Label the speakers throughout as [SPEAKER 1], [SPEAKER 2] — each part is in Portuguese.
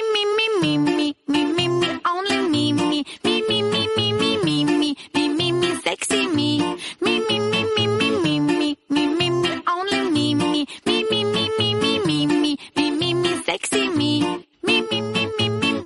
[SPEAKER 1] me, me, me, me, me, only me, me, me, me, me, me, me, me, me, me, me, me, sexy me, me, me, me, me, me, me, me, me, me, me, only me, me, me, me, me, me, me, me, me, me, me, me, sexy me, me, me, me, me, me.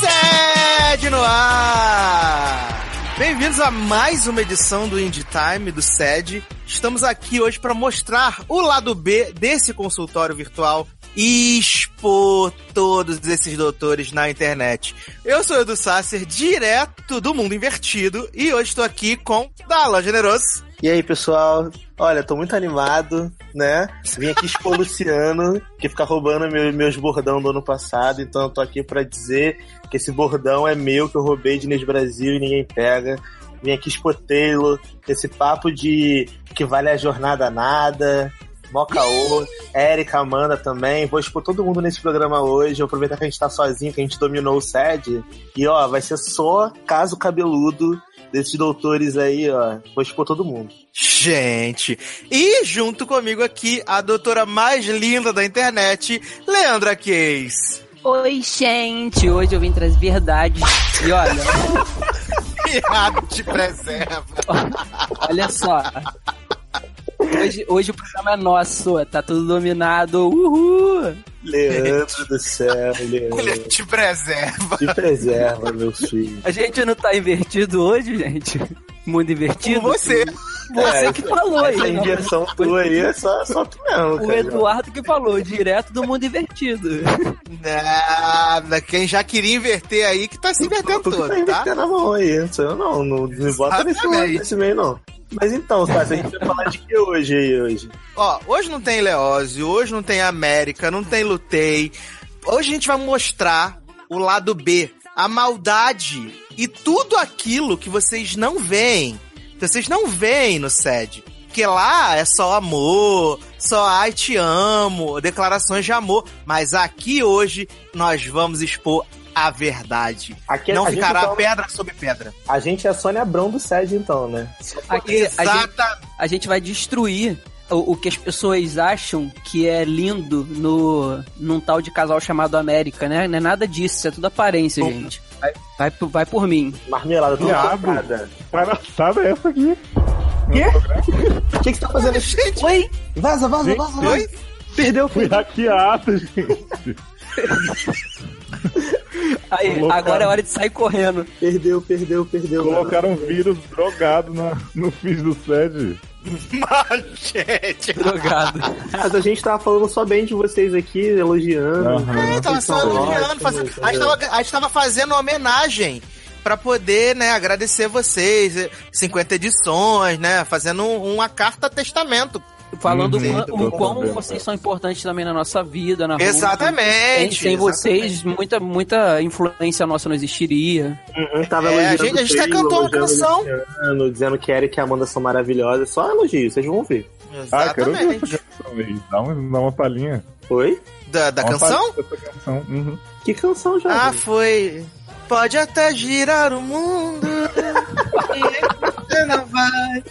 [SPEAKER 2] Sede no ar! Bem-vindos a mais uma edição do Indie Time, do SED. Estamos aqui hoje para mostrar o lado B desse consultório virtual e expor todos esses doutores na internet. Eu sou o Edu Sasser, direto do Mundo Invertido, e hoje estou aqui com Dala Generoso.
[SPEAKER 3] E aí, pessoal? Olha, tô muito animado, né? Vim aqui expor o Luciano, que fica roubando meu- meus bordão do ano passado, então eu tô aqui pra dizer que esse bordão é meu, que eu roubei de Inês Brasil e ninguém pega. Vim aqui expor Taylor, esse papo de que vale a jornada nada, Mocaô, Érica, Amanda também. Vou expor todo mundo nesse programa hoje, vou aproveitar que a gente tá sozinho, que a gente dominou o sede. E ó, vai ser só caso cabeludo desses doutores aí, ó. Vou expor todo mundo.
[SPEAKER 2] Gente, e junto comigo aqui a doutora mais linda da internet, Leandra Keys.
[SPEAKER 4] Oi, gente! Hoje eu vim trazer verdades. E olha,
[SPEAKER 2] Piado de preserva.
[SPEAKER 4] olha só. Hoje, hoje o programa é nosso, tá tudo dominado. Uhul!
[SPEAKER 3] Leandro do céu, Leandro.
[SPEAKER 2] Ele te preserva.
[SPEAKER 3] Te preserva, meu filho.
[SPEAKER 4] A gente não tá invertido hoje, gente? Mundo invertido? É,
[SPEAKER 2] Com você.
[SPEAKER 4] Você que falou,
[SPEAKER 3] Essa
[SPEAKER 4] hein?
[SPEAKER 3] injeção tua aí é só, só tu mesmo,
[SPEAKER 4] O
[SPEAKER 3] cara.
[SPEAKER 4] Eduardo que falou, direto do mundo invertido.
[SPEAKER 2] Nada. Quem já queria inverter aí, que tá se invertendo
[SPEAKER 3] Tu que tá
[SPEAKER 2] todo, tá?
[SPEAKER 3] invertendo a mão aí, não sou eu não, não me bota nesse meio,
[SPEAKER 2] Exatamente.
[SPEAKER 3] nesse meio não. Mas então, Sassi, a gente vai falar de que é hoje aí, hoje?
[SPEAKER 2] Ó, hoje não tem Leózio, hoje não tem América, não tem Lutei. Hoje a gente vai mostrar o lado B, a maldade e tudo aquilo que vocês não veem. que Vocês não veem no SED. Porque lá é só amor, só ai te amo, declarações de amor. Mas aqui hoje nós vamos expor a verdade.
[SPEAKER 3] Aqui,
[SPEAKER 2] não
[SPEAKER 3] a, gente
[SPEAKER 2] ficará
[SPEAKER 3] tá-
[SPEAKER 2] pedra sobre pedra.
[SPEAKER 3] a gente é a Sônia Abrão do SED, então, né?
[SPEAKER 4] Aqui, a gente-
[SPEAKER 2] Exatamente.
[SPEAKER 4] a gente vai destruir o, o que as pessoas acham que é lindo no num tal de casal chamado América, né? Não é nada disso, isso é tudo aparência,
[SPEAKER 2] Bom.
[SPEAKER 4] gente. Vai, vai, por- vai por mim.
[SPEAKER 3] Marmelada, tudo
[SPEAKER 5] Diabo.
[SPEAKER 3] tocada.
[SPEAKER 5] Palhaçada é essa aqui?
[SPEAKER 3] O que que você tá fazendo?
[SPEAKER 2] Gente,
[SPEAKER 4] Oi?
[SPEAKER 3] Vaza, vaza,
[SPEAKER 5] Gente,
[SPEAKER 3] vaza. vaza.
[SPEAKER 2] oi?
[SPEAKER 3] Perdeu o
[SPEAKER 5] Fui hackeado, gente.
[SPEAKER 4] Aí,
[SPEAKER 5] Colocaram.
[SPEAKER 4] agora é hora de sair correndo.
[SPEAKER 3] Perdeu, perdeu, perdeu.
[SPEAKER 5] Colocaram um vírus drogado na, no fiz do SED.
[SPEAKER 2] Mas, gente.
[SPEAKER 4] Drogado.
[SPEAKER 3] Mas a gente tava falando só bem de vocês aqui, elogiando.
[SPEAKER 5] Aham.
[SPEAKER 2] É, tava
[SPEAKER 3] Vocês
[SPEAKER 2] só
[SPEAKER 3] são
[SPEAKER 2] elogiando,
[SPEAKER 3] ótimos, né?
[SPEAKER 2] fazendo- a, gente
[SPEAKER 3] entendeu?
[SPEAKER 2] tava, a gente tava fazendo homenagem pra poder, né, agradecer vocês, eh, 50 edições, né, fazendo um- uma carta testamento.
[SPEAKER 4] Falando um
[SPEAKER 5] Uhum.
[SPEAKER 4] o quão- o quão
[SPEAKER 5] Totalmente.
[SPEAKER 3] é.
[SPEAKER 4] vocês são importantes também na nossa vida, na rua. Sem,
[SPEAKER 2] exatamente.
[SPEAKER 4] sem
[SPEAKER 2] exatamente.
[SPEAKER 4] vocês, muita, muita influência nossa não existiria.
[SPEAKER 3] Uhum, tava
[SPEAKER 2] É,
[SPEAKER 3] elogiando
[SPEAKER 2] a gente- a gente
[SPEAKER 3] o
[SPEAKER 2] até
[SPEAKER 3] Taylor,
[SPEAKER 2] cantou uma
[SPEAKER 3] elogiando
[SPEAKER 2] canção.
[SPEAKER 3] o Luciano, dizendo que Eric e a Amanda são maravilhosas. Só elogio, vocês vão ver.
[SPEAKER 5] Ah, quero ouvir
[SPEAKER 2] Exatamente.
[SPEAKER 5] essa canção aí. Dá, um, dá uma palhinha.
[SPEAKER 3] Oi?
[SPEAKER 2] Da, da
[SPEAKER 5] Dá uma
[SPEAKER 2] canção?
[SPEAKER 5] palhinha dessa canção. Uhum.
[SPEAKER 3] Que canção já?
[SPEAKER 2] Ah,
[SPEAKER 3] gente?
[SPEAKER 2] foi. Pode até girar o mundo. e você não vai.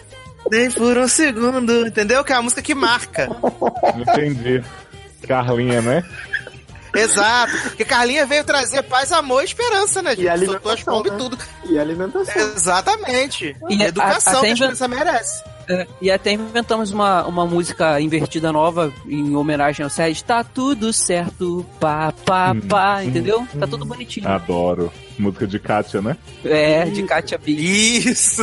[SPEAKER 2] Nem por um segundo. Entendeu? Que é a música que marca.
[SPEAKER 5] Entendi. Carlinha, né?
[SPEAKER 2] Exato. Porque Carlinha veio trazer paz, amor e esperança, né,
[SPEAKER 3] E
[SPEAKER 2] gente?
[SPEAKER 3] alimentação,
[SPEAKER 2] Soltou as pombas e
[SPEAKER 3] né?
[SPEAKER 2] tudo.
[SPEAKER 3] E alimentação.
[SPEAKER 2] Exatamente.
[SPEAKER 4] E
[SPEAKER 2] E educação
[SPEAKER 4] a- até
[SPEAKER 2] que a
[SPEAKER 4] inven-
[SPEAKER 2] criança merece.
[SPEAKER 4] É, E até inventamos uma, uma música invertida nova em homenagem ao Sérgio. Tá tudo certo, pá, pá,
[SPEAKER 5] Hum,
[SPEAKER 4] pá,
[SPEAKER 5] hum,
[SPEAKER 4] entendeu? Tá
[SPEAKER 5] hum.
[SPEAKER 4] tudo bonitinho.
[SPEAKER 5] Adoro. Música de Kátia, né?
[SPEAKER 4] É, de Katia B.
[SPEAKER 2] Isso.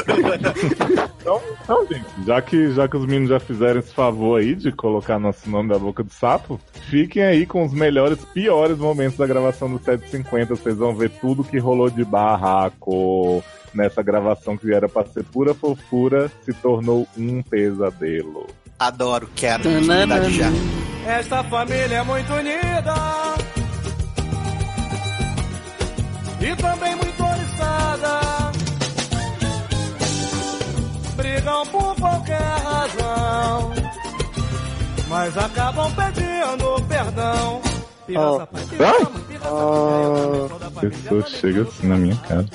[SPEAKER 5] Então, então gente, já que, já que os meninos já fizeram esse favor aí de colocar nosso nome da boca do sapo, fiquem aí com os melhores, piores momentos da gravação do 750. Vocês vão ver tudo que rolou de barraco nessa gravação que era pra ser pura fofura, se tornou um pesadelo.
[SPEAKER 2] Adoro, quero.
[SPEAKER 4] Tanana.
[SPEAKER 2] Intimidade já.
[SPEAKER 6] Esta família é muito unida e também muito oriçada. Brigam por qualquer razão, mas acabam pedindo perdão.
[SPEAKER 3] Ó.
[SPEAKER 5] A pessoa chega assim na minha cara.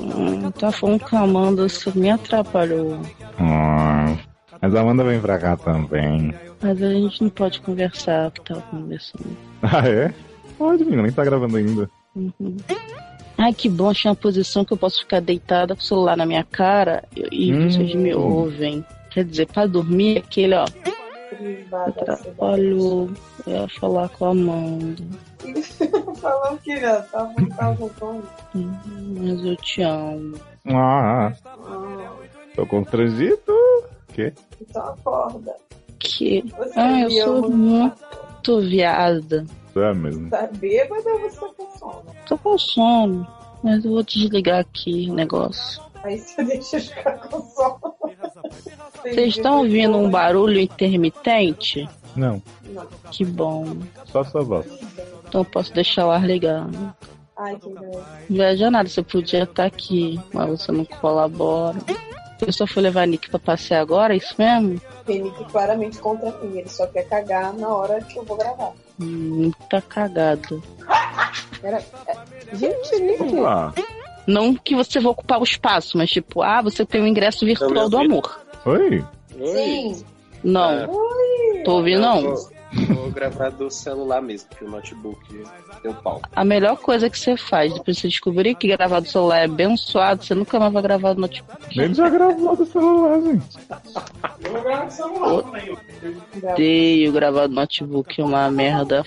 [SPEAKER 7] Uhum.
[SPEAKER 8] Ah, Tá falando com a Amanda, isso me atrapalhou.
[SPEAKER 5] Ah, mas a Amanda vem pra cá também.
[SPEAKER 8] Mas a gente não pode conversar o que tava conversando.
[SPEAKER 5] Ah, é? Pode, menina, nem tá gravando ainda.
[SPEAKER 8] Uhum. Ai, que bom achei uma posição que eu posso ficar deitada com o celular na minha cara e, e
[SPEAKER 5] Hum.
[SPEAKER 8] vocês me ouvem. Quer dizer, pra dormir, aquele, ó, atrapalhou eu ia falar com a Amanda.
[SPEAKER 7] Falou que não, tá bom, tá bom, tá bom.
[SPEAKER 8] Hum, Mas eu te amo.
[SPEAKER 5] Ah, tô constrangido. Que?
[SPEAKER 7] Então acorda.
[SPEAKER 8] Que.
[SPEAKER 7] Você
[SPEAKER 8] Ah, eu
[SPEAKER 7] me
[SPEAKER 8] sou
[SPEAKER 7] ama.
[SPEAKER 8] muito viada.
[SPEAKER 5] É mesmo.
[SPEAKER 7] Tá bêbada ou você tá sono?
[SPEAKER 8] Tô com sono, mas eu vou desligar aqui o negócio.
[SPEAKER 7] Aí você deixa eu ficar com sono.
[SPEAKER 8] Vocês estão ouvindo um barulho intermitente?
[SPEAKER 5] Não,
[SPEAKER 7] Não.
[SPEAKER 8] Que bom.
[SPEAKER 5] só sua voz.
[SPEAKER 8] Então eu posso deixar o ar ligado.
[SPEAKER 7] Ai, que graça.
[SPEAKER 8] Não viaja nada, você podia estar aqui, mas você não colabora. Eu só fui levar a Nick pra passear agora, é isso mesmo?
[SPEAKER 7] Felipe claramente contra mim. Ele só quer cagar na hora que eu vou gravar.
[SPEAKER 8] Hum, Nick tá cagado.
[SPEAKER 7] é, Gente, Nick,
[SPEAKER 5] Vamos lá.
[SPEAKER 8] Não que você vá ocupar o espaço, mas tipo, ah, você tem um ingresso virtual do amor.
[SPEAKER 5] Oi?
[SPEAKER 9] Sim.
[SPEAKER 8] Não,
[SPEAKER 5] É.
[SPEAKER 8] tô ouvindo não.
[SPEAKER 9] Vou gravar do celular mesmo, porque o notebook deu pau.
[SPEAKER 8] A melhor coisa que você faz, depois que você descobrir que gravar do celular é abençoado, você nunca mais vai gravar no notebook.
[SPEAKER 5] Ele já gravou do celular, gente.
[SPEAKER 8] né? Odeio gravar no notebook, é uma merda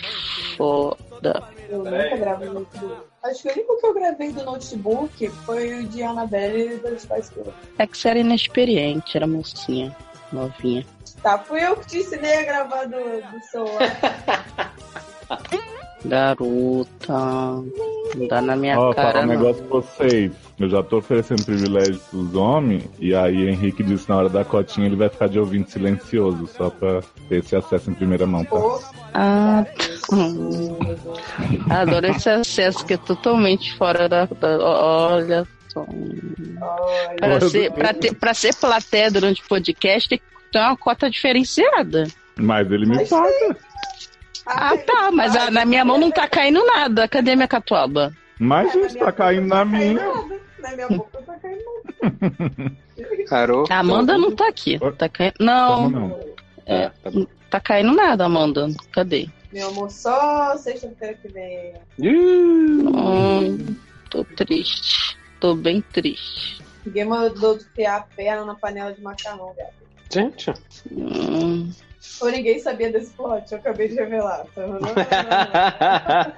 [SPEAKER 8] foda.
[SPEAKER 7] eu nunca gravo no notebook. Acho que o único que eu gravei do notebook foi o de Annabelle e dos pais que eu.
[SPEAKER 8] É que você era inexperiente, era mocinha, novinha.
[SPEAKER 7] Tá, fui eu que te ensinei a gravar do, do celular.
[SPEAKER 8] Garota, não dá na minha
[SPEAKER 5] Ó,
[SPEAKER 8] cara
[SPEAKER 5] falar um
[SPEAKER 8] não.
[SPEAKER 5] negócio pra vocês. Eu já tô oferecendo privilégio pros homens, e aí Henrique disse na hora da cotinha ele vai ficar de ouvinte silencioso, só pra ter esse acesso em primeira mão, tá?
[SPEAKER 7] Pô,
[SPEAKER 8] Ah, tá. adoro esse acesso que é totalmente fora da... da- ó- olha só.
[SPEAKER 7] olha.
[SPEAKER 8] Pra ser, pra, ter, pra ser plateia durante o podcast tem que ter uma cota diferenciada.
[SPEAKER 5] Mas ele me
[SPEAKER 7] Mas
[SPEAKER 5] paga.
[SPEAKER 8] Ah, tá, mas a- na minha mão não tá caindo nada. Cadê minha catuaba?
[SPEAKER 5] Mas,
[SPEAKER 9] É,
[SPEAKER 5] gente, tá caindo na minha.
[SPEAKER 7] nada. Na minha boca tá caindo
[SPEAKER 9] Carol.
[SPEAKER 8] A Amanda não tá aqui. Tá caindo. Não,
[SPEAKER 5] Como não?
[SPEAKER 9] É, tá bom.
[SPEAKER 8] tá caindo nada, Amanda. Cadê?
[SPEAKER 7] Meu amor, só sexta-feira que vem.
[SPEAKER 8] Hum, tô triste. Tô bem triste.
[SPEAKER 7] Ninguém mandou enfiar a perna na panela de macarrão, gato.
[SPEAKER 9] Gente,
[SPEAKER 8] Hum,
[SPEAKER 7] Ou ninguém sabia desse plot, eu acabei de revelar. Tá? Não, não, não, não.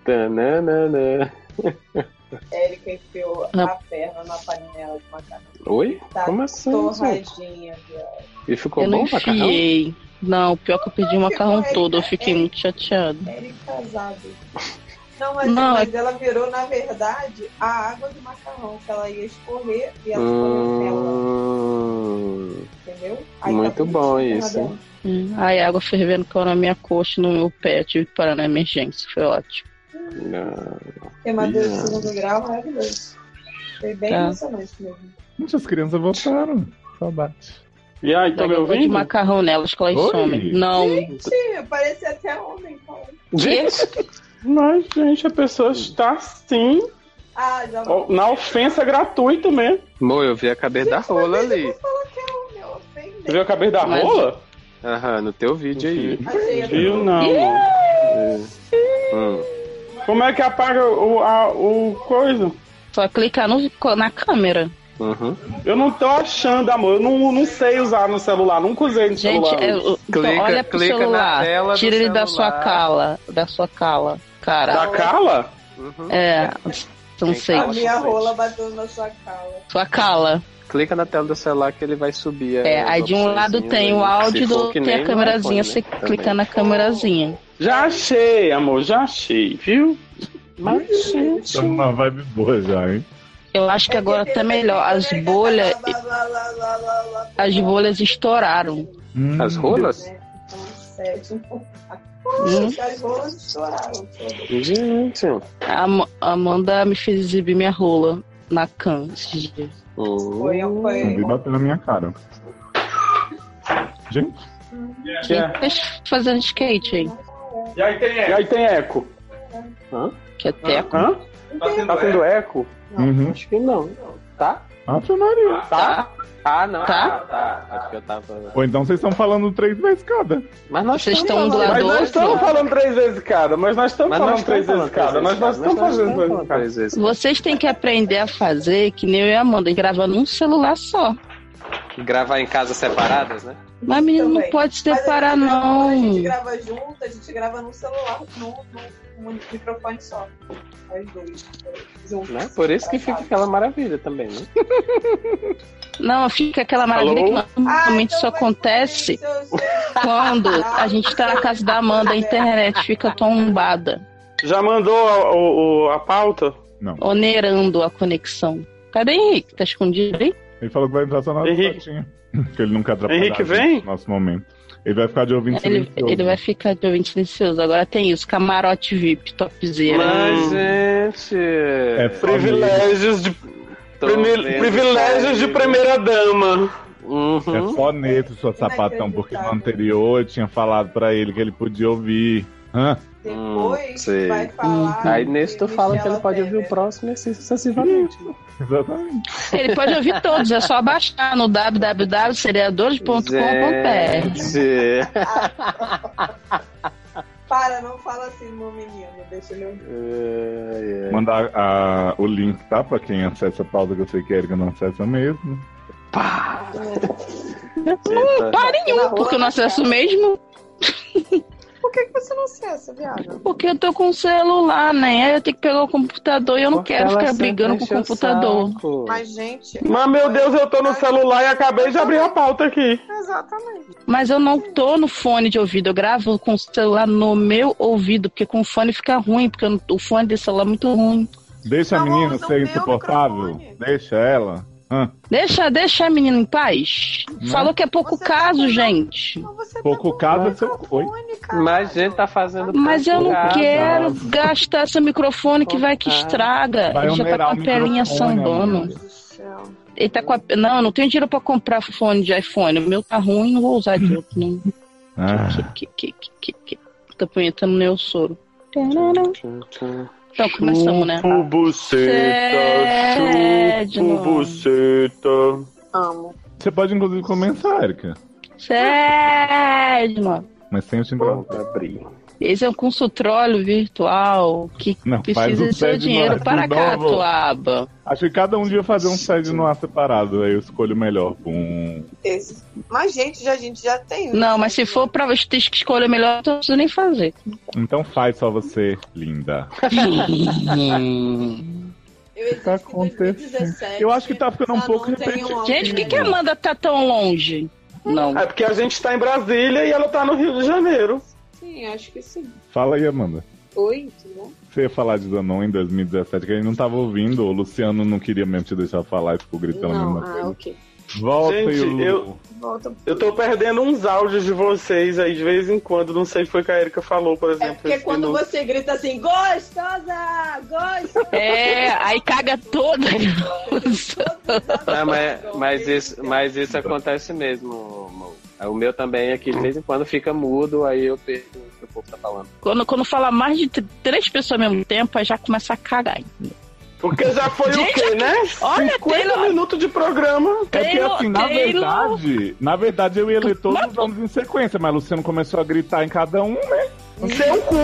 [SPEAKER 9] Tananana.
[SPEAKER 7] Érica enfiou a perna na panela de macarrão.
[SPEAKER 9] Oi?
[SPEAKER 7] Tá
[SPEAKER 9] Como assim, gente?
[SPEAKER 7] torradinha, viado.
[SPEAKER 9] E ficou
[SPEAKER 8] eu
[SPEAKER 9] bom
[SPEAKER 8] não
[SPEAKER 9] o macarrão?
[SPEAKER 8] enfiei. Não, pior que eu perdi o
[SPEAKER 7] é
[SPEAKER 8] macarrão todo. Eu fiquei muito chateada.
[SPEAKER 7] Érica casado. Não, mas,
[SPEAKER 8] Não, é
[SPEAKER 7] mas ela virou, na verdade, a água do macarrão, que ela ia escorrer e ela escorreu nela,
[SPEAKER 9] Hum,
[SPEAKER 7] entendeu? tá
[SPEAKER 9] muito
[SPEAKER 7] tudo
[SPEAKER 9] bom
[SPEAKER 7] bem, tá
[SPEAKER 9] isso, hein?
[SPEAKER 8] Hum, Ai, água fervendo caiu na minha coxa, e no meu pé. Eu tive que parar na emergência. Foi ótimo.
[SPEAKER 9] não.
[SPEAKER 7] Queimadura de
[SPEAKER 9] Ih,
[SPEAKER 7] segundo grau, maravilhoso. Foi bem
[SPEAKER 8] Tá.
[SPEAKER 7] emocionante mesmo.
[SPEAKER 5] Gente, as crianças voltaram. Saudade.
[SPEAKER 9] E aí, tá me
[SPEAKER 8] Eu vou de
[SPEAKER 9] ouvindo?
[SPEAKER 8] macarrão nelas que elas
[SPEAKER 5] Oi?
[SPEAKER 8] somem. Não.
[SPEAKER 7] Sim, parecia até homem falando.
[SPEAKER 9] Gente, mas, gente, a pessoa está sim
[SPEAKER 7] Ah, já vou.
[SPEAKER 10] Ó, Na ofensa gratuita mesmo.
[SPEAKER 9] Mo, eu vi a cabeça da rola ali.
[SPEAKER 7] me ofender.
[SPEAKER 10] Tu viu a cabeça da
[SPEAKER 8] Mas-
[SPEAKER 10] rola?
[SPEAKER 9] Aham, no teu vídeo aí.
[SPEAKER 7] Achei
[SPEAKER 10] Viu, não.
[SPEAKER 9] Hum.
[SPEAKER 10] Como é que apaga o, a- o coisa?
[SPEAKER 8] Só clicar no, na câmera.
[SPEAKER 9] Uhum.
[SPEAKER 10] Eu não tô achando, amor. Eu não, não sei usar no celular. Nunca usei no
[SPEAKER 8] Gente,
[SPEAKER 10] celular.
[SPEAKER 8] é, o- então,
[SPEAKER 9] Clica-
[SPEAKER 8] olha pro
[SPEAKER 9] clica na
[SPEAKER 8] celular.
[SPEAKER 9] tela do
[SPEAKER 8] Tira ele da sua
[SPEAKER 9] celular.
[SPEAKER 8] cala. Da sua cala. Cara,
[SPEAKER 10] Da Carla?
[SPEAKER 9] Uhum.
[SPEAKER 8] é. Não
[SPEAKER 9] Tem
[SPEAKER 8] sei.
[SPEAKER 7] A
[SPEAKER 9] cala.
[SPEAKER 7] minha rola batendo na sua cala.
[SPEAKER 8] Sua cala.
[SPEAKER 9] Clica na tela do celular que ele vai subir.
[SPEAKER 8] É,
[SPEAKER 9] as
[SPEAKER 8] aí de um lado
[SPEAKER 9] opçõezinhas
[SPEAKER 8] tem o
[SPEAKER 9] aí.
[SPEAKER 8] áudio,
[SPEAKER 9] Se
[SPEAKER 8] do
[SPEAKER 9] for
[SPEAKER 8] outro
[SPEAKER 9] que
[SPEAKER 8] tem a
[SPEAKER 9] nem no
[SPEAKER 8] câmerazinha.
[SPEAKER 9] iPhone,
[SPEAKER 8] Você
[SPEAKER 9] né?
[SPEAKER 8] clica na câmerazinha.
[SPEAKER 10] Já achei, amor. Já achei, viu? Mas, gente...
[SPEAKER 5] Tá uma vibe boa já, hein?
[SPEAKER 8] Eu acho que agora tá melhor. As bolhas,
[SPEAKER 7] Lá, lá, lá, lá, lá, lá.
[SPEAKER 8] as bolhas estouraram.
[SPEAKER 5] Hum,
[SPEAKER 9] As rolas?
[SPEAKER 7] Então, sete.
[SPEAKER 8] Hum.
[SPEAKER 7] As rolas estouraram.
[SPEAKER 9] Gente.
[SPEAKER 8] A Am- Amanda me fez exibir minha rola na can esses dias.
[SPEAKER 9] Hum.
[SPEAKER 7] Foi,
[SPEAKER 5] Eu vi
[SPEAKER 7] foi.
[SPEAKER 5] bater na minha cara. Gente,
[SPEAKER 10] E aí-
[SPEAKER 8] Mas fazendo um skate aí.
[SPEAKER 10] E aí tem eco? E aí tem eco?
[SPEAKER 8] Que é teco.
[SPEAKER 10] Hã? Tá tendo eco?
[SPEAKER 5] uhum.
[SPEAKER 9] Acho que não. Tá?
[SPEAKER 5] Ave Maria.
[SPEAKER 9] Tá? Ah, não.
[SPEAKER 5] Tá?
[SPEAKER 9] Ah, tá. É porque eu tava.
[SPEAKER 5] Ou então vocês estão falando três vezes cada.
[SPEAKER 9] Mas nós
[SPEAKER 10] Vocês
[SPEAKER 9] estamos
[SPEAKER 10] estão um do
[SPEAKER 9] falando-
[SPEAKER 10] lado Mas nós do outro. estamos falando três vezes cada, mas nós estamos
[SPEAKER 9] Mas
[SPEAKER 10] falando
[SPEAKER 9] nós
[SPEAKER 10] três
[SPEAKER 9] estamos
[SPEAKER 10] vezes cada,
[SPEAKER 9] falando
[SPEAKER 10] mas nós
[SPEAKER 9] três vezes
[SPEAKER 10] estamos fazendo
[SPEAKER 9] cada, mas nós estamos
[SPEAKER 10] três
[SPEAKER 9] falando
[SPEAKER 10] vezes cada.
[SPEAKER 9] três vezes
[SPEAKER 8] Vocês têm que aprender a fazer que nem eu e a Amanda, gravando um celular só.
[SPEAKER 9] Gravar em casas separadas, né?
[SPEAKER 8] Mas menino, não pode se separar,
[SPEAKER 7] é A gente
[SPEAKER 8] não.
[SPEAKER 7] grava junto, a gente grava no celular, no, no, no microfone só. As duas. Juntas.
[SPEAKER 9] Né? Por isso que fica aquela maravilha também, né?
[SPEAKER 8] Não, fica aquela maravilha
[SPEAKER 9] Alô?
[SPEAKER 8] que normalmente só acontece quando a gente tá na casa da Amanda, a internet fica tombada,
[SPEAKER 10] Já mandou a, o- o- a pauta?
[SPEAKER 5] Não.
[SPEAKER 8] onerando a conexão. Cadê Henrique? Tá escondido aí?
[SPEAKER 5] Ele falou que vai entrar só na Henrique. Porque ele nunca atrapalha
[SPEAKER 8] Henrique,
[SPEAKER 5] a gente
[SPEAKER 8] vem?
[SPEAKER 5] no nosso momento. Ele vai ficar de ouvinte
[SPEAKER 8] Ele,
[SPEAKER 5] silencioso.
[SPEAKER 8] ele vai ficar de ouvinte silencioso. Agora tem isso, camarote VIP, topzera.
[SPEAKER 9] Mas,
[SPEAKER 10] Hum.
[SPEAKER 9] gente.
[SPEAKER 5] É
[SPEAKER 10] Privilégios de.
[SPEAKER 9] Tô
[SPEAKER 10] prime-
[SPEAKER 9] vendo.
[SPEAKER 10] privilégios de primeira dama.
[SPEAKER 5] É só neto, sua sapatão, porque no anterior eu tinha falado pra ele que ele podia ouvir. Hã?
[SPEAKER 9] Depois Hum, sei. vai falar Aí nesse tu fala que ele pode
[SPEAKER 7] né?
[SPEAKER 9] ouvir o próximo e assim sucessivamente.
[SPEAKER 5] Exatamente.
[SPEAKER 8] Ele pode ouvir todos, é só baixar no www.seriadores.com.br.
[SPEAKER 7] Para, não fala assim, meu menino. Deixa ele ouvir.
[SPEAKER 11] É.
[SPEAKER 5] Mandar a- o link, tá? Pra quem acessa a pauta que eu sei que a Erika não acessa mesmo.
[SPEAKER 7] Ah,
[SPEAKER 8] Não, para nenhum, um, porque eu não acesso mesmo.
[SPEAKER 7] Por que, que você não acessa, viado?
[SPEAKER 8] Porque eu tô com o celular, né? Aí eu tenho que pegar o computador e eu não quero
[SPEAKER 10] ela
[SPEAKER 8] ficar
[SPEAKER 10] sempre
[SPEAKER 8] brigando com o
[SPEAKER 10] enche o
[SPEAKER 8] computador.
[SPEAKER 9] saco.
[SPEAKER 7] Mas, gente.
[SPEAKER 10] Mas meu Deus, eu tô no celular e acabei de abrir a pauta aqui.
[SPEAKER 7] Exatamente.
[SPEAKER 8] Mas eu não tô no fone de ouvido, eu gravo com o celular no meu ouvido, porque com o fone fica ruim, porque eu não- o fone desse celular é muito ruim.
[SPEAKER 5] Deixa
[SPEAKER 9] Tá
[SPEAKER 5] a menina ser insuportável. Deixa ela. Hã?
[SPEAKER 8] Deixa, deixa a menina em paz.
[SPEAKER 5] Né?
[SPEAKER 8] Falou que é pouco caso, gente.
[SPEAKER 5] Pouco caso é seu foi.
[SPEAKER 9] Mas a gente tá fazendo.
[SPEAKER 8] Mas eu não
[SPEAKER 9] cagada.
[SPEAKER 8] quero gastar esse microfone que vai que estraga.
[SPEAKER 9] Vai
[SPEAKER 8] Ele já tá
[SPEAKER 9] onerar
[SPEAKER 8] com
[SPEAKER 9] o
[SPEAKER 8] a pelinha
[SPEAKER 9] microfone,
[SPEAKER 8] sambando. Ele tá com a... Não, eu não tenho dinheiro pra comprar fone de iPhone. O meu tá ruim, não vou usar de outro, não. Que, que, que, que, que. Tô punhetando meu é soro. Então, começamos, né?
[SPEAKER 10] Chupo buceta,
[SPEAKER 8] Sério?
[SPEAKER 10] chupo buceta.
[SPEAKER 8] Amo.
[SPEAKER 5] Você pode, inclusive, começar, Erika.
[SPEAKER 8] Sério, mano.
[SPEAKER 5] Mas sem o timbre. abrir.
[SPEAKER 8] Esse é um consultório virtual que
[SPEAKER 5] Não, faz
[SPEAKER 8] precisa
[SPEAKER 5] um
[SPEAKER 8] do seu
[SPEAKER 5] sede no ar
[SPEAKER 8] dinheiro
[SPEAKER 5] de
[SPEAKER 8] para cá,
[SPEAKER 5] novo.
[SPEAKER 8] Tuaba.
[SPEAKER 5] Acho que cada um devia fazer um sede no ar separado. Aí eu escolho o melhor. Um...
[SPEAKER 7] Esse. Mas, gente, já, a gente já tem. né?
[SPEAKER 8] Não, mas se for pra vocês que escolher melhor, eu não preciso nem fazer.
[SPEAKER 5] Então faz só você, linda. tá acontecendo. Eu acho que tá ficando um pouco repetitivo.
[SPEAKER 8] Gente, por que, que a Amanda tá tão longe? Não.
[SPEAKER 10] É porque a gente tá em Brasília e ela tá no Rio de Janeiro.
[SPEAKER 7] Sim, acho que sim. né?
[SPEAKER 5] Fala aí, Amanda.
[SPEAKER 7] Oi, tudo bom?
[SPEAKER 5] Você ia falar de Zanon em 2017, que ele não tava ouvindo. O Luciano não queria mesmo te deixar falar e ficou gritando. a
[SPEAKER 7] Não,
[SPEAKER 5] mesma
[SPEAKER 7] ah,
[SPEAKER 5] coisa.
[SPEAKER 7] ok.
[SPEAKER 5] Volta e o
[SPEAKER 10] Gente,
[SPEAKER 5] Lu.
[SPEAKER 10] eu,
[SPEAKER 7] Volta.
[SPEAKER 10] eu tô perdendo uns áudios de vocês aí de vez em quando. Não sei se foi que a Erika falou, por exemplo.
[SPEAKER 7] É Porque
[SPEAKER 10] esse
[SPEAKER 7] quando
[SPEAKER 10] minuto.
[SPEAKER 7] você grita assim, gostosa! Gostosa!
[SPEAKER 8] É, aí caga toda.
[SPEAKER 9] Não, mas, mas isso, mas isso acontece mesmo, Mo. O meu também é que de vez em quando fica mudo, aí eu perco o que o povo tá falando.
[SPEAKER 8] Quando, quando fala mais de tr- três pessoas ao mesmo tempo, aí já começa a cagar.
[SPEAKER 10] Porque já foi o
[SPEAKER 8] Gente,
[SPEAKER 10] quê, né?
[SPEAKER 8] olha,
[SPEAKER 10] 50
[SPEAKER 8] Taylor-
[SPEAKER 10] minutos de programa.
[SPEAKER 5] É porque
[SPEAKER 8] Taylor-
[SPEAKER 5] assim, na
[SPEAKER 8] Taylor-
[SPEAKER 5] verdade, na verdade eu ia ler todos os nomes em sequência, mas o Luciano começou a gritar em cada um, né?
[SPEAKER 10] Seu cu.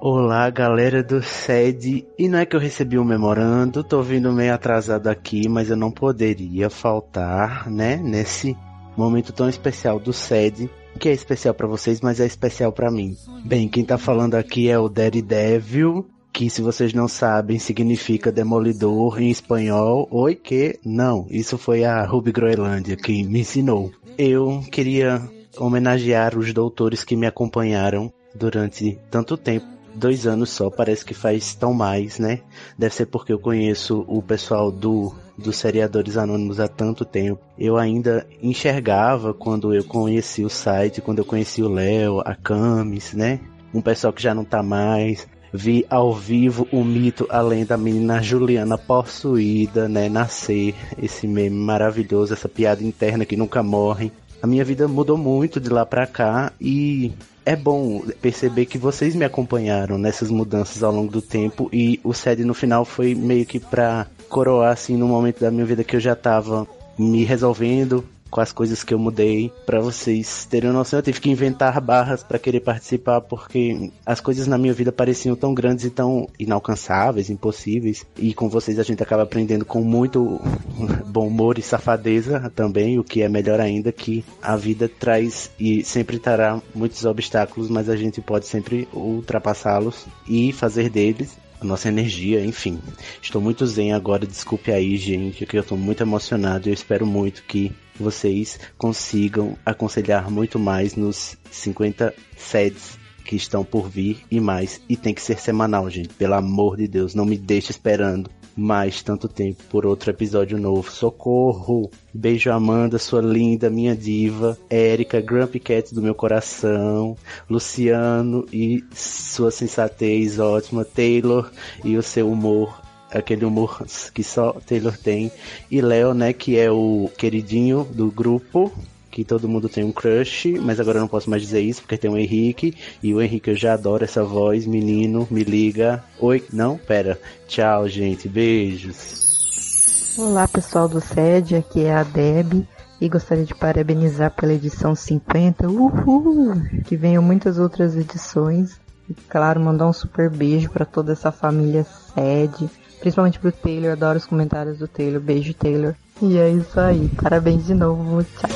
[SPEAKER 11] Olá, galera do SED. E não é que eu recebi um memorando, tô vindo meio atrasado aqui, mas eu não poderia faltar, né, nesse momento tão especial do SED, que é especial pra vocês, mas é especial pra mim. Bem, quem tá falando aqui é o Daredevil, que se vocês não sabem, significa demolidor em espanhol. Oi, que? Não, isso foi a Ruby Groenlândia que me ensinou. Eu queria homenagear os doutores que me acompanharam durante tanto tempo dois anos só, parece que faz tão mais, né? Deve ser porque eu conheço o pessoal do dos seriadores anônimos há tanto tempo. Eu ainda enxergava quando eu conheci o site, quando eu conheci o Léo, a Camis, né? Um pessoal que já não tá mais. Vi ao vivo o mito, além da menina Juliana possuída, né? Nascer. Esse meme maravilhoso, essa piada interna que nunca morre. A minha vida mudou muito de lá pra cá e é bom perceber que vocês me acompanharam nessas mudanças ao longo do tempo e o SED no final foi meio que pra coroar assim no momento da minha vida que eu já tava me resolvendo com as coisas que eu mudei pra vocês terem noção eu tive que inventar barras pra querer participar porque as coisas na minha vida pareciam tão grandes e tão inalcançáveis, impossíveis e com vocês a gente acaba aprendendo com muito bom humor e safadeza também, o que é melhor ainda que a vida traz e sempre trará muitos obstáculos, mas a gente pode sempre ultrapassá-los e fazer deles a nossa energia, enfim. Estou muito zen agora, desculpe aí, gente, que eu estou muito emocionado e eu espero muito que vocês consigam aconselhar muito mais nos 50 sets que estão por vir e mais. E tem que ser semanal, gente. Pelo amor de Deus, não me deixe esperando mais tanto tempo por outro episódio novo. Socorro! Beijo, Amanda, sua linda, minha diva. Érica, Grumpy Cat do meu coração. Luciano e sua sensatez ótima. Taylor e o seu humor. Aquele humor que só Taylor tem. E Léo, né, que é o queridinho do grupo que todo mundo tem um crush, mas agora eu não posso mais dizer isso porque tem o Henrique e o Henrique eu já adoro essa voz, menino, me liga. Oi, não, pera. Tchau, gente, beijos.
[SPEAKER 12] Olá pessoal do SED, aqui é a Deb e gostaria de parabenizar pela edição 50. Uhul! Que venham muitas outras edições. E claro, mandar um super beijo para toda essa família SED, principalmente pro Taylor, adoro os comentários do Taylor. Beijo, Taylor. E é isso aí. Parabéns de novo. Tchau.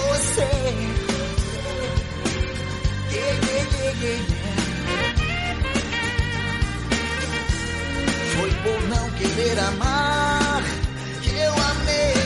[SPEAKER 1] Foi por não querer amar que eu amei.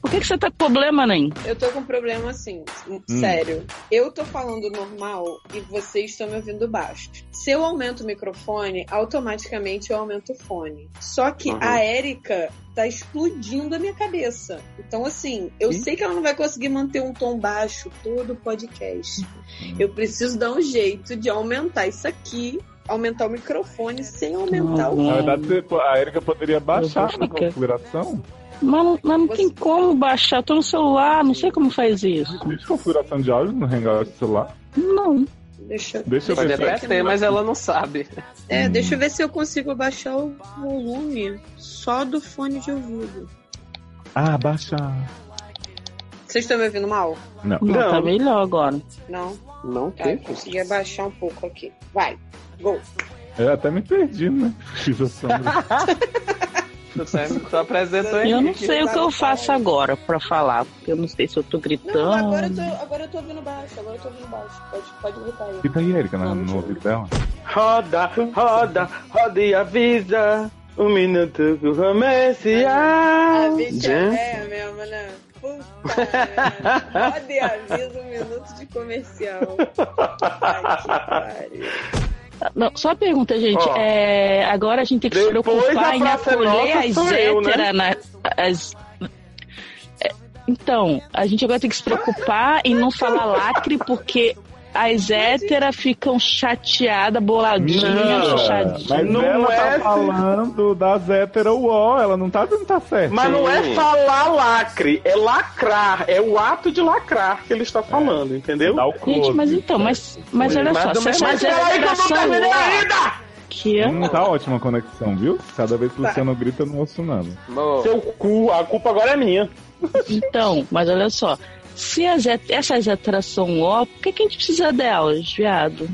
[SPEAKER 8] Por que, que você tá com problema, Nen?
[SPEAKER 7] Eu tô com um problema assim, s-
[SPEAKER 8] Hum.
[SPEAKER 7] sério. Eu tô falando normal e vocês estão me ouvindo baixo. Se eu aumento o microfone, automaticamente eu aumento o fone. Só que
[SPEAKER 1] Aham.
[SPEAKER 7] a Érica tá explodindo a minha cabeça. Então, assim, eu sei que ela não vai conseguir manter um tom baixo todo o podcast.
[SPEAKER 5] Uhum.
[SPEAKER 7] Eu preciso dar um jeito de aumentar isso aqui. Aumentar o microfone sem aumentar o fone.
[SPEAKER 5] Na verdade, você- a Erika poderia baixar na
[SPEAKER 8] ficar.
[SPEAKER 5] configuração.
[SPEAKER 8] Mas não, mas não tem como baixar. Eu tô no celular, não sei como faz isso.
[SPEAKER 5] Existe configuração de áudio no Hangout do celular?
[SPEAKER 8] Não.
[SPEAKER 7] Deixa,
[SPEAKER 5] Deixa eu
[SPEAKER 9] Pode
[SPEAKER 5] ver se
[SPEAKER 9] até
[SPEAKER 5] é-
[SPEAKER 9] ter, mas ela não sabe.
[SPEAKER 7] É, deixa eu ver se eu consigo baixar o volume só do fone de ouvido.
[SPEAKER 5] Ah, baixar.
[SPEAKER 7] Vocês estão me ouvindo mal?
[SPEAKER 5] Não.
[SPEAKER 8] Não, tá melhor agora.
[SPEAKER 7] Não?
[SPEAKER 9] Não
[SPEAKER 7] Tá, eu consegui abaixar um pouco aqui. Vai, go.
[SPEAKER 5] Eu até me perdi, né? Fiz essa-
[SPEAKER 7] tá
[SPEAKER 9] Tu apresentou
[SPEAKER 8] Eu não
[SPEAKER 9] Henrique.
[SPEAKER 8] sei o que eu faço agora pra falar. porque Eu não sei se eu tô
[SPEAKER 7] Não, agora eu,
[SPEAKER 8] gritando.
[SPEAKER 7] tô, agora eu tô ouvindo baixo, agora eu tô ouvindo baixo. Pode, pode gritar aí.
[SPEAKER 5] Fica aí, Erika, na- no ouvido dela.
[SPEAKER 10] Roda, roda, roda e avisa. Um minuto que o é. comercial.
[SPEAKER 7] Bicha, é mesmo, né? Puta, merda. Roda e avisa um minuto de comercial.
[SPEAKER 8] Não, só uma pergunta, gente.
[SPEAKER 10] Ó.
[SPEAKER 8] É, agora a gente tem que se
[SPEAKER 10] Depois
[SPEAKER 8] preocupar
[SPEAKER 10] da
[SPEAKER 8] em
[SPEAKER 10] Praça
[SPEAKER 8] acolher
[SPEAKER 10] Nossa
[SPEAKER 8] as
[SPEAKER 10] sou eu, né?
[SPEAKER 8] héteras na- as- É, Então, a gente agora tem que se preocupar em não falar lacre, porque as héteras ficam chateadas, boladinhas, chuchadinhas.
[SPEAKER 5] mas ela
[SPEAKER 10] é
[SPEAKER 5] tá falando das hétero UO, ela não tá dizendo que tá certo.
[SPEAKER 10] Mas não é falar lacre, é lacrar. É o ato de lacrar que ele
[SPEAKER 5] É.
[SPEAKER 10] está falando, entendeu?
[SPEAKER 8] Gente, mas então, mas, mas olha só, se
[SPEAKER 10] mas, mas
[SPEAKER 8] essas
[SPEAKER 10] peraí que eu
[SPEAKER 8] héteras
[SPEAKER 10] não
[SPEAKER 8] são
[SPEAKER 10] terminei ainda!
[SPEAKER 8] que
[SPEAKER 5] Hum, tá ótima a conexão, viu? Cada vez
[SPEAKER 10] Tá.
[SPEAKER 5] que o Luciano grita, eu não ouço nada.
[SPEAKER 10] Seu cu, a culpa agora é minha.
[SPEAKER 8] Então, mas olha só. Se as, het- essas héteras são ó, por que, que a gente precisa delas, viado?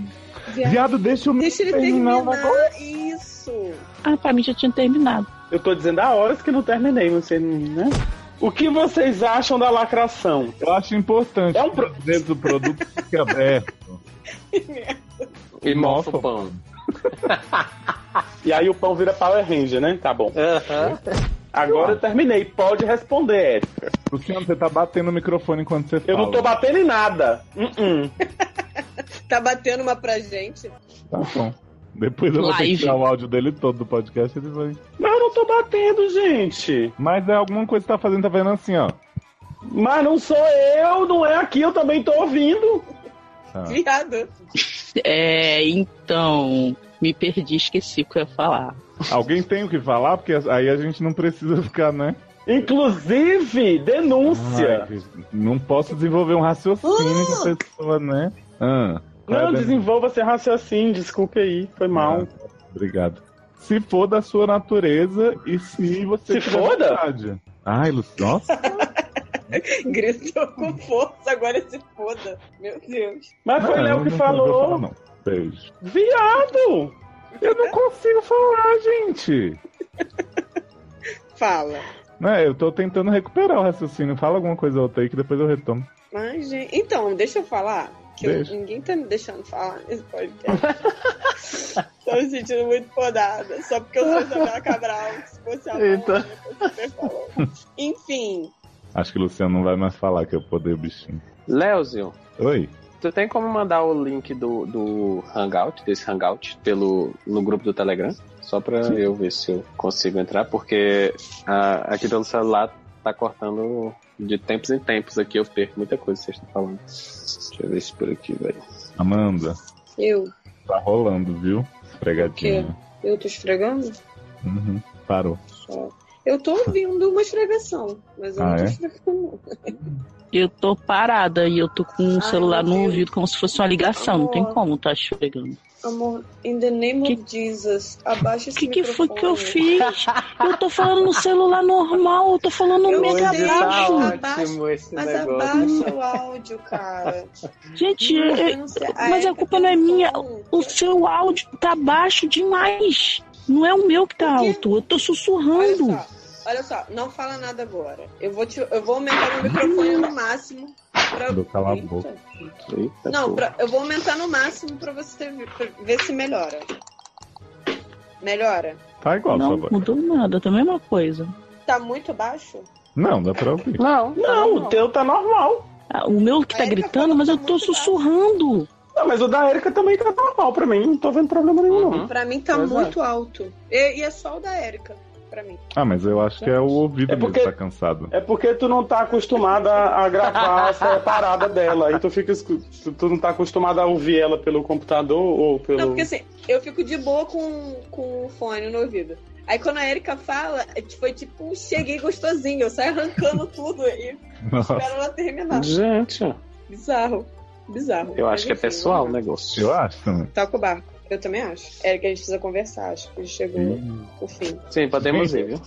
[SPEAKER 5] Viado, deixa o
[SPEAKER 7] Deixa ele
[SPEAKER 10] terminar o
[SPEAKER 7] terminar isso.
[SPEAKER 8] Ah, pra mim já tinha terminado.
[SPEAKER 10] Eu tô dizendo há horas que não terminei, não sei, né? O que vocês acham da lacração?
[SPEAKER 5] Eu acho importante.
[SPEAKER 10] É um pro...
[SPEAKER 5] do produto fica aberto.
[SPEAKER 9] E mofa o pão.
[SPEAKER 10] E aí o pão vira Power Ranger, né? Tá bom. Agora eu terminei. Pode responder, Érica.
[SPEAKER 5] Luciano, você tá batendo no microfone enquanto você
[SPEAKER 10] Eu
[SPEAKER 5] fala.
[SPEAKER 10] não tô batendo em nada. Uh-uh.
[SPEAKER 7] Tá batendo uma pra gente?
[SPEAKER 5] Tá bom. Depois eu vou ter que
[SPEAKER 10] Live.
[SPEAKER 5] tirar o áudio dele todo do podcast, ele vai.
[SPEAKER 10] Mas eu não tô batendo, gente.
[SPEAKER 5] Mas é alguma coisa que tá fazendo, tá vendo assim, ó.
[SPEAKER 10] Mas não sou eu, não é aqui, eu também tô ouvindo.
[SPEAKER 5] Ah.
[SPEAKER 7] Viado.
[SPEAKER 8] É, então, me perdi, esqueci o que eu ia falar.
[SPEAKER 5] Alguém tem o que falar, porque aí a gente não precisa ficar, né?
[SPEAKER 10] Inclusive, denúncia.
[SPEAKER 5] Ai, não posso desenvolver um raciocínio com a pessoa, né? Ah, qual é a
[SPEAKER 10] Não,
[SPEAKER 5] denúncia?
[SPEAKER 10] desenvolva seu raciocínio, desculpe aí, foi mal.
[SPEAKER 5] Obrigado. Ah. Se for da sua natureza e se você.
[SPEAKER 10] Se
[SPEAKER 5] tiver
[SPEAKER 10] foda?
[SPEAKER 5] vontade. Ai, Lu- nossa.
[SPEAKER 7] Gritou com força, agora se foda. Meu Deus.
[SPEAKER 10] Mas foi
[SPEAKER 5] Não,
[SPEAKER 10] Léo que
[SPEAKER 5] Ah, não
[SPEAKER 10] falou.
[SPEAKER 5] vou falar, não. Beijo.
[SPEAKER 10] Viado!
[SPEAKER 5] Eu não consigo falar, gente.
[SPEAKER 7] Fala.
[SPEAKER 5] Né, eu tô tentando recuperar o raciocínio. Fala alguma coisa outra aí que depois eu retomo.
[SPEAKER 7] Mas, gente. Então, deixa eu falar. Que eu-
[SPEAKER 5] Deixa.
[SPEAKER 7] ninguém tá me deixando falar nesse podcast. Tô me sentindo muito podada. Só porque eu sou Isabela Cabral. Se fosse a né? Eita. Enfim.
[SPEAKER 5] Acho que o Luciano não vai mais falar que eu poder o bichinho.
[SPEAKER 9] Léozio,
[SPEAKER 5] Oi.
[SPEAKER 9] tu tem como mandar o link do, do Hangout, desse Hangout, pelo, no grupo do Telegram? Só pra eu ver se eu consigo entrar, porque a- aqui pelo celular tá cortando de tempos em tempos aqui, eu perco muita coisa que vocês estão falando. Deixa eu ver se por aqui, velho.
[SPEAKER 5] Amanda,
[SPEAKER 7] Eu.
[SPEAKER 5] tá rolando, viu? Esfregadinha.
[SPEAKER 7] Eu tô esfregando?
[SPEAKER 5] Uhum, parou.
[SPEAKER 7] Só. Eu tô ouvindo uma esfregação. Mas eu
[SPEAKER 5] Ah,
[SPEAKER 7] não tô
[SPEAKER 5] é?
[SPEAKER 7] esfregando.
[SPEAKER 8] Eu tô parada e eu tô com o celular no ouvido como se fosse uma ligação, não tem
[SPEAKER 7] Amor.
[SPEAKER 8] como tá chegando.
[SPEAKER 7] Amor, in the name of Jesus, abaixa esse
[SPEAKER 8] O que, que foi que eu
[SPEAKER 7] microfone.
[SPEAKER 8] fiz? Eu tô falando no celular normal, Ah, eu tô falando no mega baixo.
[SPEAKER 7] ótimo
[SPEAKER 9] esse
[SPEAKER 7] mas
[SPEAKER 9] negócio.
[SPEAKER 7] abaixa o áudio, cara.
[SPEAKER 8] Gente,
[SPEAKER 7] Não,
[SPEAKER 8] eu-
[SPEAKER 7] eu não sei. Ah,
[SPEAKER 8] mas
[SPEAKER 7] é
[SPEAKER 8] a culpa não é minha.
[SPEAKER 7] um
[SPEAKER 8] O seu áudio tá baixo demais. Não é o meu que tá alto. Eu tô sussurrando.
[SPEAKER 7] Olha só, não fala nada agora. Eu vou, te, eu vou aumentar meu microfone no máximo. Pra,
[SPEAKER 5] Do cala a boca.
[SPEAKER 7] não, pra- eu vou aumentar no máximo pra você ver, pra ver se melhora. Melhora?
[SPEAKER 5] Tá igual,
[SPEAKER 8] não
[SPEAKER 5] sua voz.
[SPEAKER 8] mudou nada, tá a mesma coisa.
[SPEAKER 7] Tá muito baixo?
[SPEAKER 5] Não, dá pra ouvir.
[SPEAKER 8] Não,
[SPEAKER 10] Não, o teu tá normal.
[SPEAKER 8] o meu que tá gritando, mas eu tô sussurrando.
[SPEAKER 10] Não, mas o da Erika também tá normal pra mim, não tô vendo problema nenhum, não.
[SPEAKER 7] Pra mim tá
[SPEAKER 10] Pois é.
[SPEAKER 7] muito alto. E, e é só o da Érica, pra mim.
[SPEAKER 5] Ah, mas eu acho que é o ouvido
[SPEAKER 10] É
[SPEAKER 5] mesmo
[SPEAKER 10] porque-
[SPEAKER 5] que tá cansado.
[SPEAKER 10] É porque tu não tá acostumada a gravar essa parada dela. Aí tu fica. escu- Tu tu não tá acostumada a ouvir ela pelo computador ou pelo.
[SPEAKER 7] Não, porque assim, eu fico de boa com, com o fone no ouvido. Aí quando a Erika fala, é, tipo, foi tipo, um cheguei gostosinho, eu saio arrancando tudo aí.
[SPEAKER 5] Nossa.
[SPEAKER 7] Espero ela terminar.
[SPEAKER 9] Gente,
[SPEAKER 7] Bizarro. Bizarro.
[SPEAKER 9] eu acho
[SPEAKER 7] Mas, enfim,
[SPEAKER 9] que é
[SPEAKER 7] né?
[SPEAKER 9] pessoal o negócio.
[SPEAKER 5] Eu acho também.
[SPEAKER 7] Toca o barco. Eu também acho. Érica, a gente precisa conversar. Acho que chegou o fim.
[SPEAKER 9] Sim, podemos ir, viu?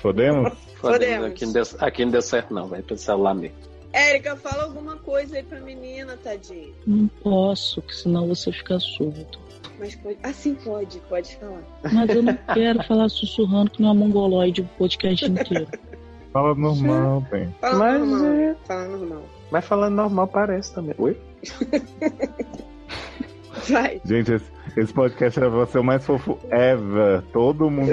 [SPEAKER 5] Podemos?
[SPEAKER 7] Podemos.
[SPEAKER 9] Aqui não deu, aqui não deu certo, não, vai pro celular mesmo.
[SPEAKER 7] Érica, fala alguma coisa aí pra menina, tadinho.
[SPEAKER 8] Não posso, que senão você fica surdo.
[SPEAKER 7] Mas pode. Assim pode, pode falar.
[SPEAKER 8] Mas eu não quero falar sussurrando que não é mongoloide o podcast inteiro.
[SPEAKER 5] Fala normal, bem.
[SPEAKER 7] Fala
[SPEAKER 9] Mas
[SPEAKER 7] normal.
[SPEAKER 9] é-
[SPEAKER 7] Fala normal.
[SPEAKER 9] Mas falando normal parece também. Oi?
[SPEAKER 7] Vai.
[SPEAKER 5] Gente, esse, esse podcast vai ser o mais fofo ever. Todo mundo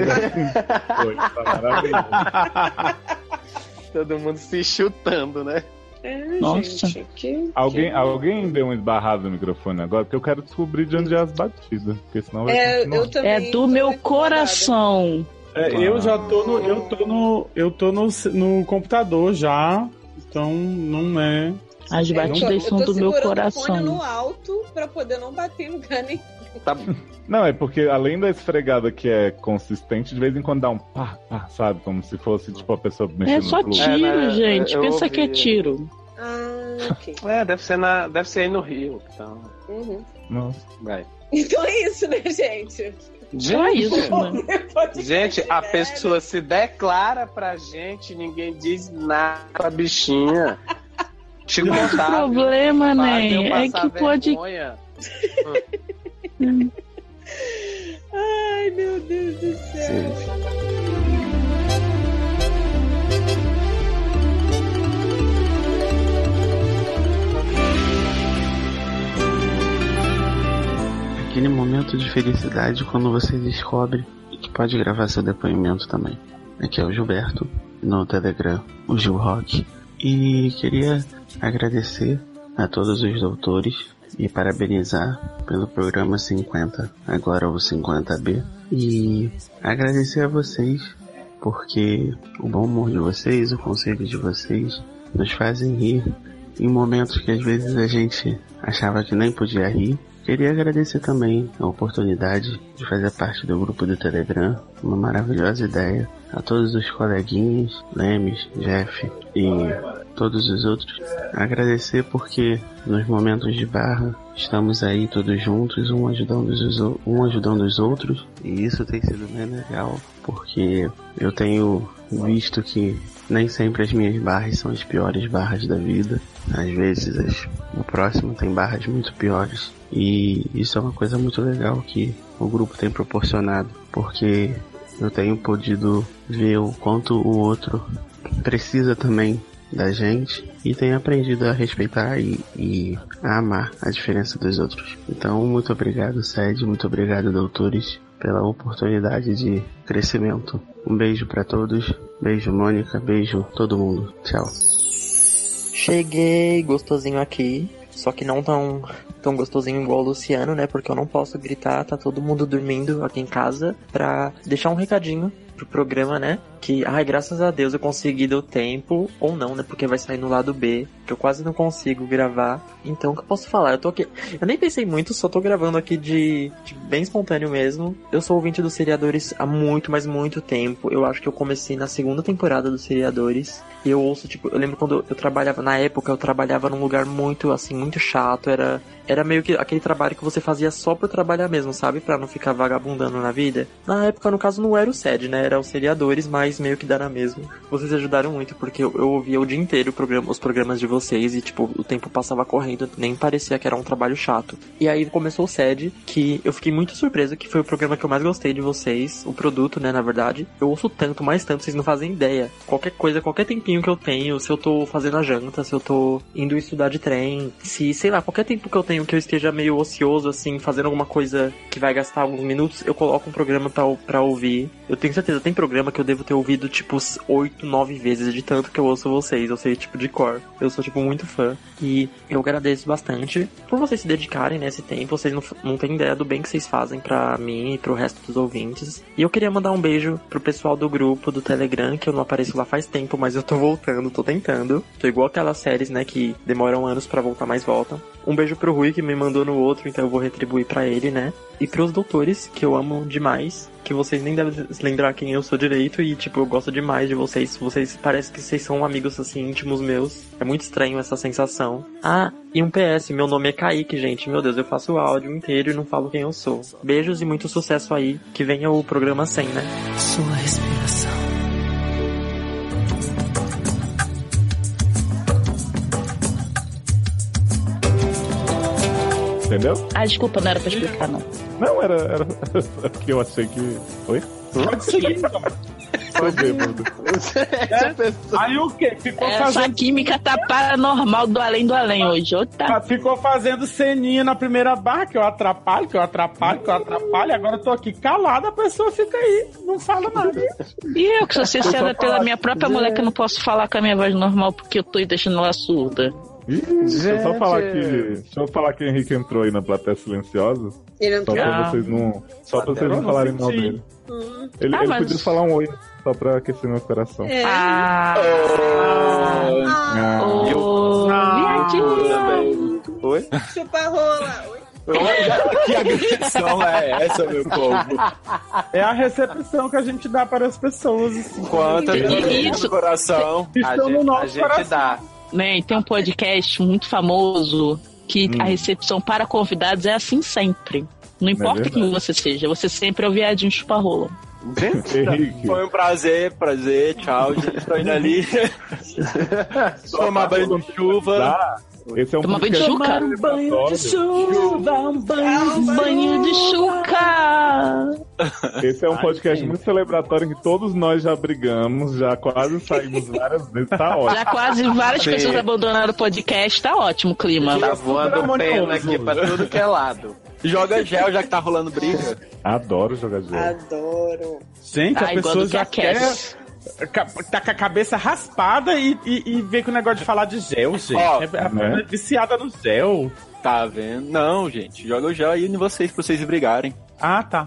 [SPEAKER 5] assim. Foi, tá maravilhoso.
[SPEAKER 9] Todo mundo se chutando, né?
[SPEAKER 7] É,
[SPEAKER 5] Nossa.
[SPEAKER 7] gente. Que,
[SPEAKER 5] Alguém,
[SPEAKER 7] que-
[SPEAKER 5] alguém deu uma esbarrada no microfone agora, porque eu quero descobrir de onde é as batidas, porque senão vai
[SPEAKER 7] É,
[SPEAKER 5] continuar.
[SPEAKER 7] eu também.
[SPEAKER 8] é do meu coração.
[SPEAKER 10] É, eu já tô no. Eu tô no. Eu tô no, no computador já. Então não é.
[SPEAKER 8] As
[SPEAKER 10] não-
[SPEAKER 8] batidas são do meu
[SPEAKER 7] O fone no
[SPEAKER 8] coração.
[SPEAKER 7] alto pra poder não bater em lugar nenhum.
[SPEAKER 9] Tá
[SPEAKER 5] Não, é porque além da esfregada que é consistente, de vez em quando dá um pá, pá, sabe? Como se fosse tipo a pessoa mexendo
[SPEAKER 8] É só
[SPEAKER 5] no plug.
[SPEAKER 8] tiro,
[SPEAKER 9] É, né,
[SPEAKER 8] gente.
[SPEAKER 9] eu
[SPEAKER 8] Pensa
[SPEAKER 9] ouvi.
[SPEAKER 8] que é tiro.
[SPEAKER 7] Ah, ok.
[SPEAKER 9] É, deve ser, na, deve ser aí no Rio. Então,
[SPEAKER 7] Uhum.
[SPEAKER 5] Nossa.
[SPEAKER 9] vai.
[SPEAKER 7] Então é isso, né, gente?
[SPEAKER 8] Só isso, né?
[SPEAKER 9] Gente, a pessoa se declara pra gente, ninguém diz nada pra bichinha. Te
[SPEAKER 8] Mas o
[SPEAKER 9] contar. viu?
[SPEAKER 8] problema,
[SPEAKER 9] Fazem eu
[SPEAKER 8] né, é
[SPEAKER 9] passar
[SPEAKER 8] que pode-
[SPEAKER 9] vergonha.
[SPEAKER 10] né?
[SPEAKER 7] Ai, meu Deus do céu.
[SPEAKER 11] Aquele momento de felicidade quando você descobre que pode gravar seu depoimento também. Aqui é o Gilberto, no Telegram, o Gil Rock. E queria agradecer a todos os doutores e parabenizar pelo programa 50, agora o 50B. E agradecer a vocês, porque o bom humor de vocês, o conselho de vocês, nos fazem rir em momentos que às vezes a gente achava que nem podia rir, que
[SPEAKER 13] Queria agradecer também a oportunidade de fazer parte do grupo do Telegram, uma maravilhosa ideia. A todos os coleguinhas, Lemes, Jeff e todos os outros. Agradecer porque nos momentos de barra estamos aí todos juntos, um ajudando os, ou- um ajudando os outros. E isso tem sido bem legal porque eu tenho visto que nem sempre as minhas barras são as piores barras da vida. Às vezes as- o próximo tem barras muito piores. E isso é uma coisa muito legal que o grupo tem proporcionado, porque eu tenho podido ver o quanto o outro precisa também da gente e tenho aprendido a respeitar e, e a amar a diferença dos outros. Então, muito obrigado, Sede, muito obrigado, doutores, pela oportunidade de crescimento. Um beijo pra todos, beijo, Mônica, beijo, todo mundo. Tchau.
[SPEAKER 14] Cheguei gostosinho aqui, só que não tão, tão gostosinho igual o Luciano, né? Porque eu não posso gritar, tá todo mundo dormindo aqui em casa, pra deixar um recadinho pro programa, né? Que, ai, graças a Deus eu consegui deu tempo, ou não, né? Porque vai sair no lado B, que eu quase não consigo gravar. Então, o que eu posso falar? Eu tô aqui. Eu nem pensei muito, só tô gravando aqui de, de bem espontâneo mesmo. Eu sou ouvinte dos seriadores há muito, mas muito tempo. Eu acho que eu comecei na segunda temporada dos seriadores. E eu ouço, tipo, eu lembro quando eu trabalhava, na época eu trabalhava num lugar muito, assim, muito chato. Era, era meio que aquele trabalho que você fazia só por trabalhar mesmo, sabe? Pra não ficar vagabundando na vida. Na época, no caso, não era o SED, né? Era os seriadores, mas meio que dá na mesma. Vocês ajudaram muito, porque eu, eu ouvia o dia inteiro o programa- os programas de vocês e, tipo, o tempo passava correndo, nem parecia que era um trabalho chato. E aí começou o SED, que eu fiquei muito surpreso, que foi o programa que eu mais gostei de vocês, o produto, né, na verdade. Eu ouço tanto, mais tanto, vocês não fazem ideia. Qualquer coisa, qualquer tempinho que eu tenho, se eu tô fazendo a janta, se eu tô indo estudar de trem, se, sei lá, qualquer tempo que eu tenho que eu esteja meio ocioso, assim, fazendo alguma coisa que vai gastar alguns minutos, eu coloco um programa pra, pra ouvir. Eu tenho certeza, tem programa que eu devo ter ouvido, tipo, s- oito, nove vezes de tanto que eu ouço vocês. Eu sei, tipo, de cor. Eu sou, tipo, muito fã. E eu agradeço bastante por vocês se dedicarem nesse tempo. Vocês não, f- não têm ideia do bem que vocês fazem pra mim e pro resto dos ouvintes. E eu queria mandar um beijo pro pessoal do grupo, do Telegram, que eu não apareço lá faz tempo, mas eu tô voltando, tô tentando. Tô igual aquelas séries, né, que demoram anos pra voltar, mas voltam. Um beijo pro Rui, que me mandou no outro, então eu vou retribuir pra ele, né? E pros doutores, que eu amo demais que vocês nem devem se lembrar quem eu sou direito e, tipo, eu gosto demais de vocês. Vocês parece que vocês são amigos, assim, íntimos meus. É muito estranho essa sensação. Ah, e um PS, meu nome é Kaique, gente. Meu Deus, eu faço o áudio inteiro e não falo quem eu sou. Beijos e muito sucesso aí. Que venha o programa 100, né?
[SPEAKER 1] Sua respiração.
[SPEAKER 5] Entendeu?
[SPEAKER 8] Ah, desculpa, não era pra explicar, não.
[SPEAKER 5] Não, era, era porque eu achei que. Oi?
[SPEAKER 10] Pode seguir, então.
[SPEAKER 5] Tô bêbado.
[SPEAKER 10] Aí o quê? Ficou
[SPEAKER 8] Essa
[SPEAKER 9] um
[SPEAKER 10] fazendo.
[SPEAKER 8] química tá paranormal do além do além hoje. tá.
[SPEAKER 10] Ah,
[SPEAKER 8] Outra.
[SPEAKER 10] Ficou fazendo ceninha na primeira barra, que eu atrapalho, que eu atrapalho, que eu atrapalho. Agora eu tô aqui calado, a pessoa fica aí, não fala nada.
[SPEAKER 8] E eu que sou cerceada
[SPEAKER 10] Eu só falo
[SPEAKER 8] pela minha própria
[SPEAKER 10] assim,
[SPEAKER 8] mulher que eu não posso falar com a minha voz normal porque eu tô deixando ela surda.
[SPEAKER 5] Deixa eu só
[SPEAKER 8] Gente.
[SPEAKER 5] falar que. Deixa eu falar que o Henrique entrou aí na plateia silenciosa.
[SPEAKER 7] Ele
[SPEAKER 5] Só
[SPEAKER 7] entrou.
[SPEAKER 5] pra vocês não. Só pra vocês
[SPEAKER 10] Eu
[SPEAKER 5] não
[SPEAKER 10] não
[SPEAKER 5] falarem mal
[SPEAKER 10] senti.
[SPEAKER 5] dele. Ele,
[SPEAKER 10] Ah,
[SPEAKER 5] ele
[SPEAKER 10] mas-
[SPEAKER 5] podia falar um oi, só pra aquecer meu coração.
[SPEAKER 8] Ah.
[SPEAKER 5] Ah.
[SPEAKER 8] Eu-
[SPEAKER 10] Ah,
[SPEAKER 7] Viadinho!
[SPEAKER 5] Oi?
[SPEAKER 7] Chupa rola!
[SPEAKER 10] Que agressão é essa, meu povo? É a recepção que a gente dá para as pessoas. Assim.
[SPEAKER 9] Quantas
[SPEAKER 8] Isso.
[SPEAKER 9] coração.
[SPEAKER 10] Estão
[SPEAKER 9] a
[SPEAKER 10] no
[SPEAKER 9] gente, a
[SPEAKER 10] nosso
[SPEAKER 9] gente
[SPEAKER 10] coração.
[SPEAKER 9] dá.
[SPEAKER 8] Né? E tem um podcast muito famoso que
[SPEAKER 9] Hum.
[SPEAKER 8] a recepção para convidados é assim sempre. Não importa
[SPEAKER 9] É verdade.
[SPEAKER 8] quem você seja, você sempre é o viadinho chupa-rola.
[SPEAKER 9] Foi um prazer, prazer, tchau, gente. Tô indo ali. Tomar banho de chuva.
[SPEAKER 5] Esse é um
[SPEAKER 9] Tomar banho de
[SPEAKER 5] podcast
[SPEAKER 9] chuca?
[SPEAKER 5] aleatório.
[SPEAKER 9] Tomar banho de
[SPEAKER 8] chuva, um banho, um banho de chuca.
[SPEAKER 5] Esse é um podcast muito celebratório em que todos nós já brigamos, já quase saímos várias vezes. Tá ótimo.
[SPEAKER 8] Já quase várias
[SPEAKER 5] Sim.
[SPEAKER 8] pessoas abandonaram o podcast, tá ótimo o clima.
[SPEAKER 9] Tá voando pena aqui pra tudo que é lado. Joga gel já que tá rolando briga.
[SPEAKER 5] Adoro jogar jogo.
[SPEAKER 7] Adoro.
[SPEAKER 10] Gente,
[SPEAKER 9] Ai,
[SPEAKER 10] é a pessoa
[SPEAKER 9] quando
[SPEAKER 10] já
[SPEAKER 9] que
[SPEAKER 10] quer.
[SPEAKER 9] aquece.
[SPEAKER 10] ca- Tá com a cabeça raspada e, e, e vem com o negócio de falar de gel, gente.
[SPEAKER 9] Ó,
[SPEAKER 10] É- é-
[SPEAKER 9] né?
[SPEAKER 10] é viciada no gel.
[SPEAKER 9] Tá vendo? Não, gente. Joga o gel aí em vocês pra vocês brigarem.
[SPEAKER 10] Ah, tá.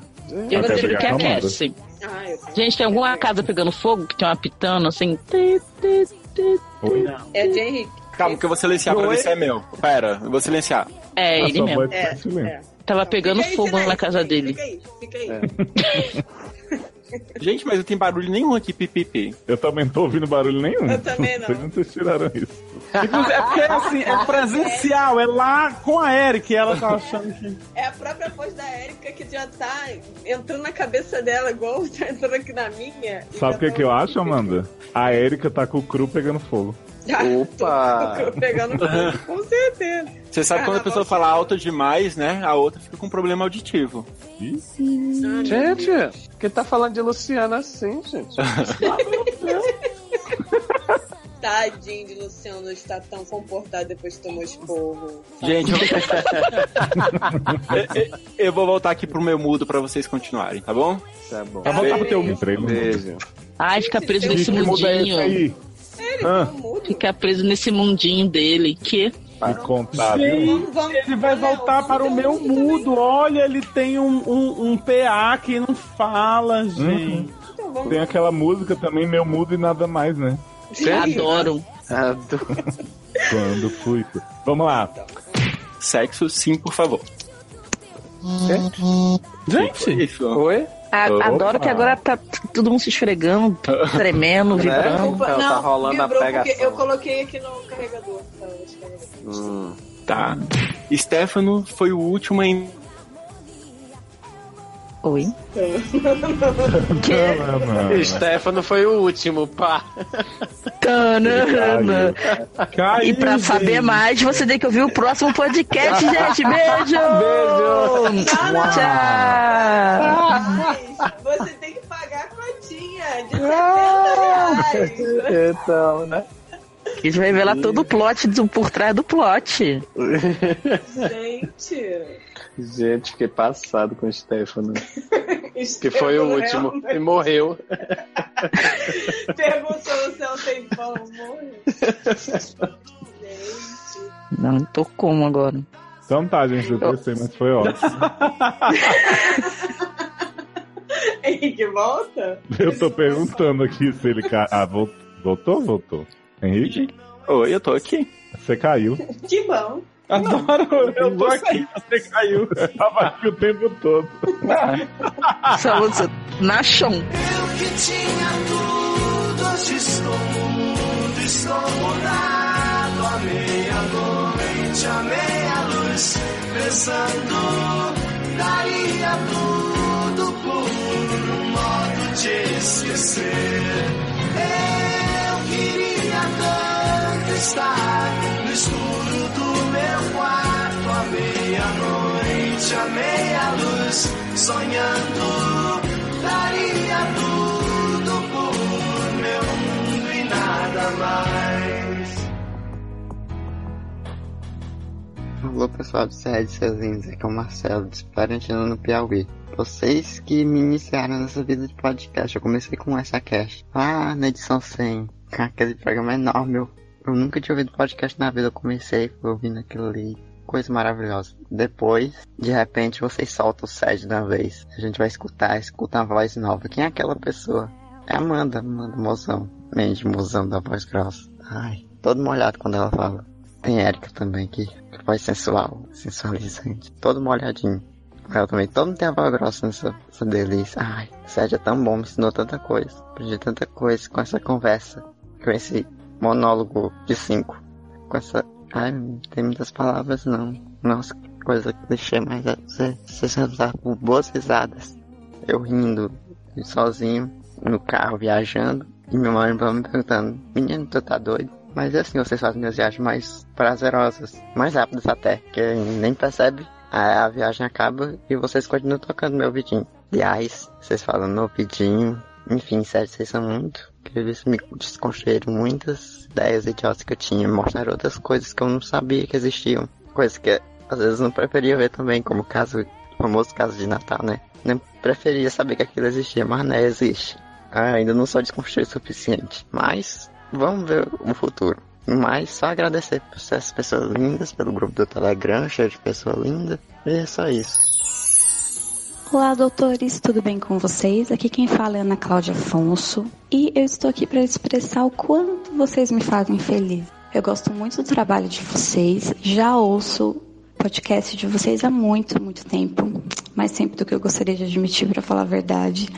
[SPEAKER 8] Eu prefiro que aquece. Gente, tem alguma casa pegando fogo que tem uma pitana assim? Ti, ti, ti, ti.
[SPEAKER 7] É de Henrique.
[SPEAKER 9] Calma, que eu vou silenciar pra
[SPEAKER 8] Oi?
[SPEAKER 9] ver se é meu. Pera, eu vou silenciar.
[SPEAKER 8] É, ele mesmo.
[SPEAKER 7] É, é.
[SPEAKER 8] Tava pegando
[SPEAKER 7] Fica aí,
[SPEAKER 8] fogo
[SPEAKER 7] fica aí,
[SPEAKER 8] na casa
[SPEAKER 7] fica aí,
[SPEAKER 8] dele.
[SPEAKER 7] Fica aí, fica
[SPEAKER 10] É,
[SPEAKER 7] aí.
[SPEAKER 10] Gente, mas não tem barulho nenhum aqui, pipipi.
[SPEAKER 5] Eu também não tô ouvindo barulho nenhum.
[SPEAKER 7] Eu também não.
[SPEAKER 5] Vocês não vocês tiraram isso.
[SPEAKER 10] Inclusive, é porque assim, é presencial, é lá com a Eric, ela tá achando que.
[SPEAKER 7] É a própria voz da Érica que já tá entrando na cabeça dela, igual tá entrando aqui na minha.
[SPEAKER 5] Sabe o que, que eu acho, Amanda? A Erika tá com o cru pegando fogo.
[SPEAKER 10] Opa!
[SPEAKER 7] Tô tá pegando fogo, com certeza.
[SPEAKER 10] Você sabe quando a pessoa fala alto demais, né? A outra fica com problema auditivo.
[SPEAKER 15] Gente, quem tá falando de Luciana assim, gente?
[SPEAKER 8] Ah,
[SPEAKER 7] Ah. Tadinho de Luciano está tão comportado depois que tomou esporro.
[SPEAKER 10] Gente, eu... Eu- eu- eu vou voltar aqui pro meu mudo pra vocês continuarem, tá bom? Tá bom.
[SPEAKER 8] Vai voltar pro teu
[SPEAKER 10] mudo. Beijo.
[SPEAKER 8] Ai, fica preso
[SPEAKER 10] Que
[SPEAKER 8] nesse
[SPEAKER 10] muda é esse
[SPEAKER 8] mundinho.
[SPEAKER 10] aí?
[SPEAKER 5] Ah.
[SPEAKER 8] Fica preso nesse mundinho dele. Que.
[SPEAKER 5] Me contar, Tá, viu?
[SPEAKER 10] Gente, ele vai voltar para o meu mudo. Olha, ele tem um, um, um PA que não
[SPEAKER 5] Hum.
[SPEAKER 10] fala, gente.
[SPEAKER 5] Uhum.
[SPEAKER 7] Então,
[SPEAKER 5] Tem aquela música também, Meu Mudo e Nada Mais, né?
[SPEAKER 8] Adoro.
[SPEAKER 5] Quando fui. Vamos lá.
[SPEAKER 10] Sexo, sim, por favor. Gente! Isso.
[SPEAKER 15] Oi?
[SPEAKER 8] A-
[SPEAKER 10] Opa.
[SPEAKER 8] adoro que agora tá t- todo mundo se esfregando, tremendo, vibrando.
[SPEAKER 15] Tá- tá rolando a
[SPEAKER 7] vibrou porque
[SPEAKER 10] pegação.
[SPEAKER 7] eu coloquei aqui no carregador. tá, no descarregador.
[SPEAKER 10] Tá. Stefano foi o último em.
[SPEAKER 8] Oi?
[SPEAKER 15] Stefano foi o último, pá.
[SPEAKER 8] Tanana.
[SPEAKER 10] Caiu,
[SPEAKER 8] Ah, e pra saber mais, você tem que ouvir o próximo podcast, gente. Beijo!
[SPEAKER 15] Beijo!
[SPEAKER 8] Tchau!
[SPEAKER 10] Ah.
[SPEAKER 7] Mas Ah, você tem que pagar a cotinha de
[SPEAKER 8] Ah!
[SPEAKER 7] 70 reais.
[SPEAKER 15] Então, né?
[SPEAKER 8] Isso vai revelar todo o plot do- por trás do plot.
[SPEAKER 7] Gente.
[SPEAKER 9] Gente, fiquei passado com o Stefano.
[SPEAKER 7] Que
[SPEAKER 9] Que foi o último e morreu.
[SPEAKER 7] Perguntou se ela tem pão, morre.
[SPEAKER 8] Não, tô como agora?
[SPEAKER 5] Então tá, gente, eu pensei, mas foi ótimo.
[SPEAKER 7] Henrique, volta?
[SPEAKER 5] Eu tô perguntando aqui se ele. Ca... Ah, vol- voltou? Voltou. Henrique?
[SPEAKER 10] Oi, eu tô aqui.
[SPEAKER 5] Você caiu.
[SPEAKER 7] Que bom.
[SPEAKER 10] Adoro, eu tô aqui, você caiu.
[SPEAKER 5] Tava aqui o tempo todo.
[SPEAKER 9] Ah.
[SPEAKER 8] Saúde, seu- na chão.
[SPEAKER 1] Eu que tinha tudo, hoje estou mudo, estou mudado. À meia-noite, à meia-luz, pensando, daria tudo por um modo de esquecer. Eu queria tanto estar no escuro do meu quarto. À meia-noite, à meia-luz, sonhando. Daria tudo por meu mundo e nada mais.
[SPEAKER 16] Alô pessoal do Serra de Seus Lindos, aqui é o Marcelo, de Parentino no Piauí. Vocês que me iniciaram nessa vida de podcast, eu comecei com essa cast lá na edição 100, com aquele programa enorme. Eu, eu nunca tinha ouvido podcast na vida, eu comecei fui ouvindo aquilo ali, coisa maravilhosa. Depois, de repente, vocês soltam o Sede de uma vez, a gente vai escutar, escuta uma voz nova. Quem é aquela pessoa? É a Amanda, Amanda Mozão, mente mozão da voz grossa. Ai, todo molhado quando ela fala. Tem Erika também aqui, que voz sensual, sensualizante, todo molhadinho. Ela também, todo mundo tem a voz grossa nessa, nessa delícia. Ai, Sérgio é tão bom, me ensinou tanta coisa, aprendi tanta coisa com essa conversa, com esse monólogo de cinco. Com essa. Ai, não tem muitas palavras não. Nossa, que coisa clichê, mas é- você- vocês vão usar por boas risadas. Eu rindo, sozinho, no carro, viajando, e minha mãe me perguntando, menino, tu tá doido? Mas é assim, vocês fazem minhas viagens mais prazerosas, mais rápidas até, que nem percebe, a, a viagem acaba e vocês continuam tocando meu vidinho. Aliás, vocês falam meu vidinho, enfim, sério, vocês são muito incríveis, me desconstruíram muitas ideias idiotas que eu tinha, mostraram outras coisas que eu não sabia que existiam, coisas que às vezes não preferia ver também, como o caso, o famoso caso de Natal, né? Nem preferia saber que aquilo existia, mas né, existe. Ah, ainda não sou desconstruído o suficiente, mas vamos ver o futuro. Mas só agradecer por essas pessoas lindas, pelo grupo do Telegram, cheio de pessoa linda, e é só isso.
[SPEAKER 17] Olá, doutores, tudo bem com vocês? Aqui quem fala é Ana Cláudia Afonso e eu estou aqui para expressar o quanto vocês me fazem feliz. Eu gosto muito do trabalho de vocês, já ouço podcast de vocês há muito, muito tempo, mais tempo do que eu gostaria de admitir, para falar a verdade.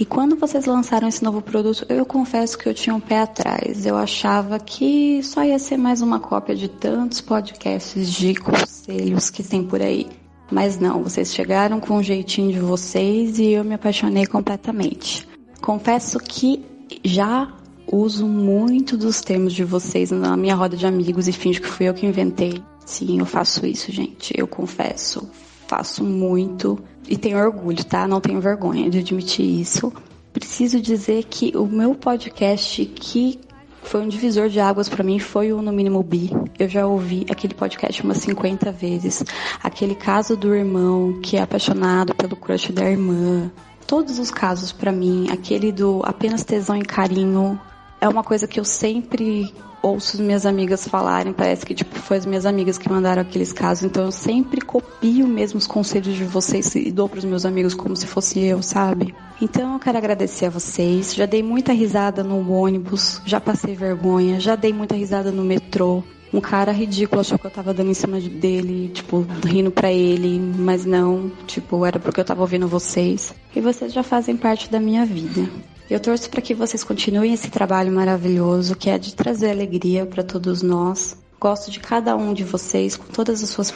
[SPEAKER 17] E quando vocês lançaram esse novo produto, eu confesso que eu tinha um pé atrás. Eu achava que só ia ser mais uma cópia de tantos podcasts de conselhos que tem por aí. Mas não, vocês chegaram com o jeitinho de vocês e eu me apaixonei completamente. Confesso que já uso muito dos termos de vocês na minha roda de amigos e finjo que fui eu que inventei. Sim, eu faço isso, gente. Eu confesso. Faço muito e tenho orgulho, tá? Não tenho vergonha de admitir isso. Preciso dizer que o meu podcast que foi um divisor de águas pra mim foi o No Mínimo Bi. Eu já ouvi aquele podcast umas 50 vezes. Aquele caso do irmão que é apaixonado pelo crush da irmã. Todos os casos pra mim, aquele do apenas tesão e carinho, é uma coisa que eu sempre ouço as minhas amigas falarem, parece que tipo foi as minhas amigas que mandaram aqueles casos, então eu sempre copio mesmo os conselhos de vocês e dou para os meus amigos como se fosse eu, sabe? Então eu quero agradecer a vocês. Já dei muita risada no ônibus, já passei vergonha, já dei muita risada no metrô. Um cara ridículo achou que eu tava dando em cima de- dele, tipo, rindo pra ele, mas não, tipo, era porque eu tava ouvindo vocês. E vocês já fazem parte da minha vida. Eu torço para que vocês continuem esse trabalho maravilhoso que é de trazer alegria para todos nós. Gosto de cada um de vocês, com todas as suas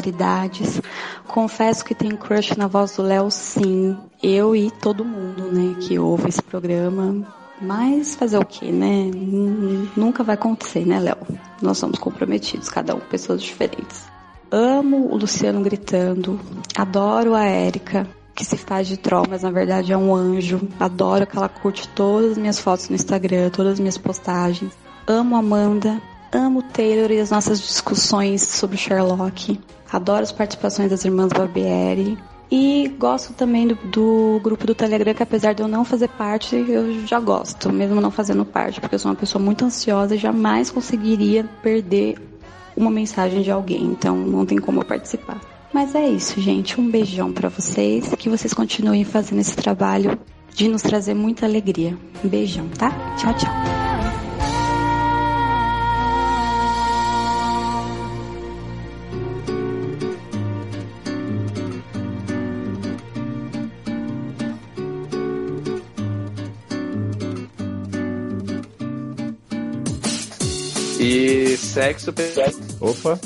[SPEAKER 17] particularidades. Confesso que tenho crush na voz do Léo, sim. Eu e todo mundo, né, que ouve esse programa. Mas fazer o quê, né? Nun- Nunca vai acontecer, né, Léo? Nós somos comprometidos, cada um com pessoas diferentes. Amo o Luciano gritando. Adoro a Érica, que se faz de troll, mas na verdade é um anjo. Adoro que ela curte todas as minhas fotos no Instagram, todas as minhas postagens. Amo a Amanda. Amo o Taylor e as nossas discussões sobre Sherlock. Adoro as participações das irmãs Barbieri. E gosto também do, do grupo do Telegram, que apesar de eu não fazer parte, eu já gosto, mesmo não fazendo parte, porque eu sou uma pessoa muito ansiosa e jamais conseguiria perder uma mensagem de alguém, então não tem como eu participar. Mas é isso, gente. Um beijão pra vocês, que vocês continuem fazendo esse trabalho de nos trazer muita alegria. Um beijão, tá? Tchau, tchau.
[SPEAKER 9] E sexo,
[SPEAKER 5] Opa.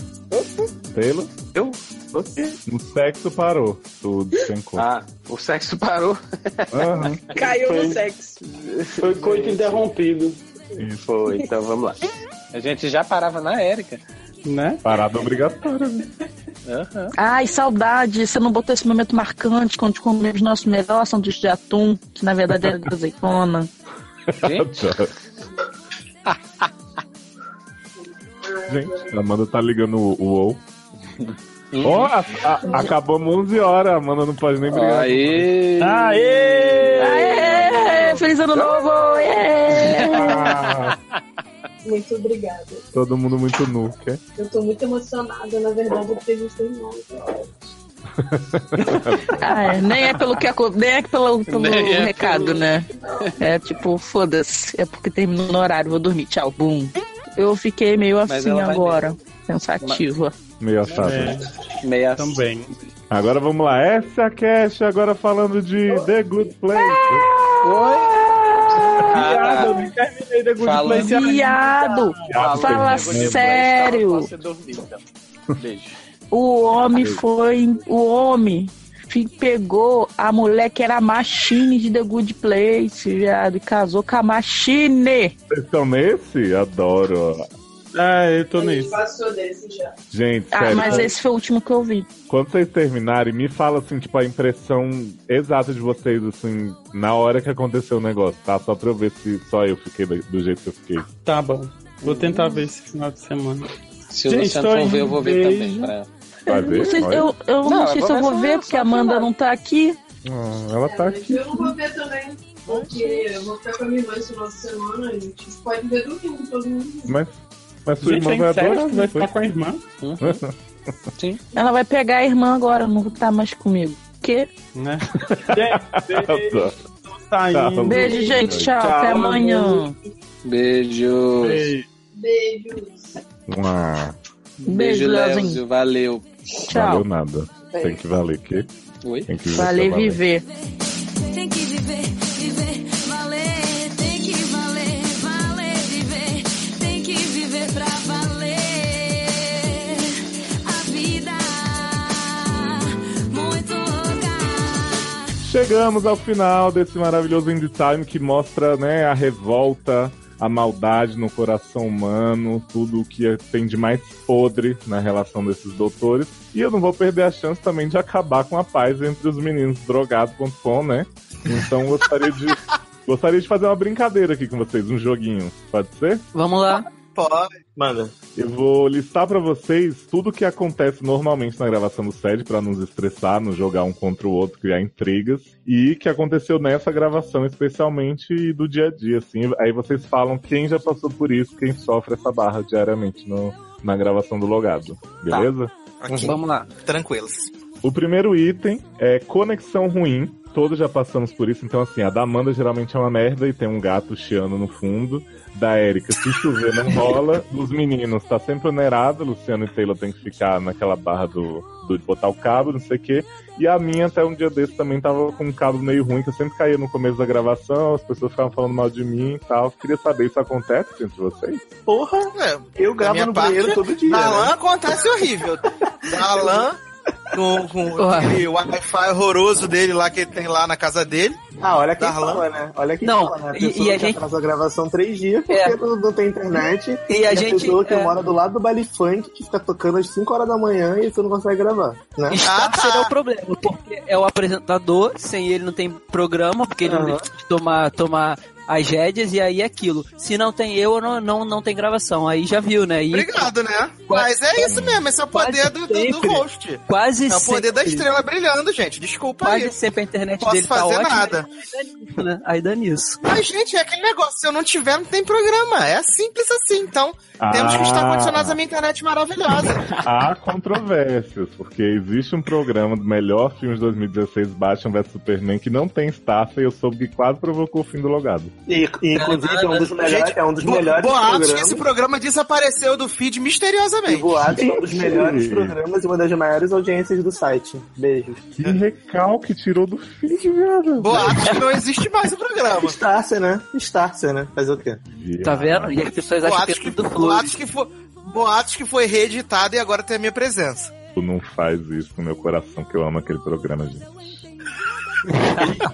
[SPEAKER 5] Taylor?
[SPEAKER 9] Eu?
[SPEAKER 5] O sexo parou. Tudo sem cor.
[SPEAKER 9] Ah, o sexo parou.
[SPEAKER 5] Aham.
[SPEAKER 7] Caiu
[SPEAKER 9] Foi-
[SPEAKER 7] no sexo.
[SPEAKER 9] Foi coito interrompido. Foi, então vamos lá. A gente já parava na Érica, né?
[SPEAKER 5] Parada obrigatória. né?
[SPEAKER 9] Aham.
[SPEAKER 8] Ai, saudade, você não botou esse momento marcante quando comemos nosso melhor sanduíche de atum, que na verdade era de azeitona.
[SPEAKER 5] Gente, a Amanda tá ligando o o UOL.
[SPEAKER 10] Hum.
[SPEAKER 5] Ó, a- a- acabamos 11 horas, a Amanda não pode nem brigar.
[SPEAKER 9] Aê!
[SPEAKER 5] Aê!
[SPEAKER 8] Aê, É, feliz ano novo! é.
[SPEAKER 5] Ah,
[SPEAKER 7] Muito obrigada.
[SPEAKER 5] todo mundo muito nu, é quer?
[SPEAKER 7] Eu tô muito emocionada, na verdade, porque a gente tem nove horas.
[SPEAKER 8] Ai, nem é pelo que aco- nem é pelo, pelo
[SPEAKER 15] Nem é
[SPEAKER 8] recado,
[SPEAKER 15] pelo-
[SPEAKER 8] né? É tipo, foda-se, é porque terminou no horário, vou dormir, tchau, bum. Eu fiquei meio
[SPEAKER 9] Mas
[SPEAKER 8] assim
[SPEAKER 9] ela vai
[SPEAKER 8] agora, pensativa.
[SPEAKER 5] Meio assado.
[SPEAKER 9] Meia
[SPEAKER 5] É. Também. Agora vamos lá. Essa é a Cash, agora falando de The Good Place.
[SPEAKER 9] Ah,
[SPEAKER 5] eu nem terminei The Good Place.
[SPEAKER 8] Viado!
[SPEAKER 5] Viado,
[SPEAKER 8] Fala
[SPEAKER 5] terminou.
[SPEAKER 8] sério!
[SPEAKER 9] Beijo.
[SPEAKER 8] O homem foi. O homem fi- pegou a mulher que era a machine de The Good Place, viado, e casou com a machine.
[SPEAKER 5] Vocês estão nesse? Adoro. Ah, eu tô
[SPEAKER 7] A gente passou desse já.
[SPEAKER 5] Gente,
[SPEAKER 8] Ah,
[SPEAKER 5] sério.
[SPEAKER 8] mas esse foi o último que eu vi.
[SPEAKER 5] Quando vocês terminarem, me fala assim, tipo, a impressão exata de vocês, assim, na hora que aconteceu o negócio, tá? Só pra eu ver se só eu fiquei da- do jeito que eu fiquei.
[SPEAKER 18] Tá bom. Vou tentar ver esse final de semana.
[SPEAKER 9] Se o Luciano for ver, eu vou ver também. Pra...
[SPEAKER 5] Vai ver?
[SPEAKER 8] Não sei-
[SPEAKER 5] Olha.
[SPEAKER 8] eu eu não,
[SPEAKER 9] Não,
[SPEAKER 8] sei se eu vou
[SPEAKER 9] começa
[SPEAKER 8] ver, porque a Amanda não tá aqui.
[SPEAKER 5] Ah, ela tá aqui.
[SPEAKER 7] Eu não vou ver também, porque eu vou ficar com a minha irmã esse final de semana, a gente pode ver domingo, todo mundo.
[SPEAKER 5] Mas, mas sua
[SPEAKER 18] Gente,
[SPEAKER 5] irmã
[SPEAKER 18] tem
[SPEAKER 5] vai
[SPEAKER 18] férias,
[SPEAKER 5] adorar.
[SPEAKER 18] vai
[SPEAKER 5] não foi?
[SPEAKER 18] ficar com a irmã.
[SPEAKER 9] Hum? Sim.
[SPEAKER 8] Ela vai pegar a irmã agora, não tá mais comigo. Que?
[SPEAKER 18] Né?
[SPEAKER 5] Adoro.
[SPEAKER 10] Tá,
[SPEAKER 8] Tá,
[SPEAKER 10] então.
[SPEAKER 18] Saindo.
[SPEAKER 8] Beijo, gente.
[SPEAKER 5] Tá,
[SPEAKER 8] Tchau. até amanhã.
[SPEAKER 9] Beijos.
[SPEAKER 7] Beijos.
[SPEAKER 5] Ah.
[SPEAKER 9] Beijo,
[SPEAKER 8] Leozinho.
[SPEAKER 9] Léo. Valeu.
[SPEAKER 8] Tchau.
[SPEAKER 5] Valeu nada. Tem que valer que.
[SPEAKER 8] Oi?
[SPEAKER 5] Tem que
[SPEAKER 8] Valer
[SPEAKER 5] pra valer.
[SPEAKER 8] viver.
[SPEAKER 1] Tem que viver, viver, valer. Tem que valer, valer, viver. Tem que viver pra valer. A vida muito
[SPEAKER 5] Chegamos ao final desse maravilhoso Indie Time que mostra né, a revolta, a maldade no coração humano, tudo o que tem de mais podre na relação desses doutores. E eu não vou perder a chance também de acabar com a paz entre os meninos drogado.com, né? Então gostaria de, gostaria de fazer uma brincadeira aqui com vocês, um joguinho. Pode ser?
[SPEAKER 4] Vamos lá.
[SPEAKER 2] Pode.
[SPEAKER 3] Manda.
[SPEAKER 5] Eu vou listar pra vocês tudo que acontece normalmente na gravação do SED pra nos estressar, nos jogar um contra o outro, criar intrigas. E que aconteceu nessa gravação, especialmente e do dia a dia, assim. Aí vocês falam quem já passou por isso, quem sofre essa barra diariamente no, na gravação do logado. Beleza?
[SPEAKER 9] Então
[SPEAKER 2] Ok.
[SPEAKER 4] Vamos lá.
[SPEAKER 2] Tranquilos.
[SPEAKER 5] O primeiro item é conexão ruim. Todos já passamos por isso, então assim, a da Amanda geralmente é uma merda e tem um gato chiando no fundo. Da Érica, se chover não rola. Dos meninos, tá sempre onerado. Luciano e Taylor tem que ficar naquela barra do, do de botar o cabo, não sei o quê. E a minha, até um dia desse, também tava com um cabo meio ruim, que eu sempre caía no começo da gravação, as pessoas ficavam falando mal de mim e tal. Queria saber, isso acontece entre vocês?
[SPEAKER 3] Porra, eu
[SPEAKER 2] É, Da
[SPEAKER 3] gravo
[SPEAKER 2] minha
[SPEAKER 3] no
[SPEAKER 2] parte,
[SPEAKER 3] banheiro todo dia.
[SPEAKER 2] Na
[SPEAKER 3] né?
[SPEAKER 2] LAN acontece horrível. Na LAN, com, com aquele Wi-Fi horroroso dele lá que ele tem lá na casa dele.
[SPEAKER 3] Ah, olha quem
[SPEAKER 2] Da LAN.
[SPEAKER 3] fala, né? Olha quem
[SPEAKER 2] Não,
[SPEAKER 3] fala, né?
[SPEAKER 2] e-
[SPEAKER 3] pessoa
[SPEAKER 2] e a
[SPEAKER 3] que
[SPEAKER 2] gente- É.
[SPEAKER 3] atrasou a gravação três dias porque não, não tem internet.
[SPEAKER 4] E a gente-
[SPEAKER 3] pessoa que
[SPEAKER 4] é.
[SPEAKER 3] mora do lado do baile funk que fica tocando às 5 horas da manhã e tu não consegue gravar, né?
[SPEAKER 2] Ah, tá.
[SPEAKER 4] Estado será o problema, porque é o apresentador, sem ele não tem programa, porque ele
[SPEAKER 3] Aham.
[SPEAKER 4] não tem que tomar, tomar as rédeas, e aí é aquilo. Se não tem eu, não, não, não tem gravação. Aí já viu, né? E
[SPEAKER 2] Obrigado, né? Mas é isso mesmo, esse é o poder do, do, do
[SPEAKER 4] sempre.
[SPEAKER 2] host.
[SPEAKER 4] Quase
[SPEAKER 2] É o
[SPEAKER 4] sempre.
[SPEAKER 2] poder da estrela brilhando, gente. Desculpa
[SPEAKER 4] Quase
[SPEAKER 2] aí.
[SPEAKER 4] sempre a internet
[SPEAKER 2] Posso
[SPEAKER 4] dele tá
[SPEAKER 2] fazer
[SPEAKER 4] ótima,
[SPEAKER 2] nada.
[SPEAKER 4] né? Aí dá nisso.
[SPEAKER 2] Mas, gente, é aquele negócio, se eu não tiver, não tem programa. É simples assim. Então,
[SPEAKER 5] Ah.
[SPEAKER 2] temos que estar condicionados à minha internet maravilhosa.
[SPEAKER 5] Há controvérsias, porque existe um programa do melhor filme de 2016, Batman vs Superman, que não tem Stassa e eu soube que quase provocou o fim do logado.
[SPEAKER 3] E, e, inclusive é um dos melhores,
[SPEAKER 2] Gente,
[SPEAKER 3] é um dos
[SPEAKER 2] bo-
[SPEAKER 3] melhores
[SPEAKER 2] boatos que
[SPEAKER 3] programas.
[SPEAKER 2] esse programa desapareceu do feed misteriosamente.
[SPEAKER 3] Boatos é um dos melhores programas e uma das maiores audiências do site. Beijos.
[SPEAKER 5] Que recalque tirou do feed, viado.
[SPEAKER 2] Boatos que não existe mais o programa.
[SPEAKER 3] Estácia, né? Estácia, né? Fazer o quê?
[SPEAKER 4] Tá vendo? E as pessoas acham que é tudo
[SPEAKER 2] Boatos que foi, boatos que foi reeditado e agora tem a minha presença.
[SPEAKER 5] Tu não faz isso com meu coração, que eu amo aquele programa, gente.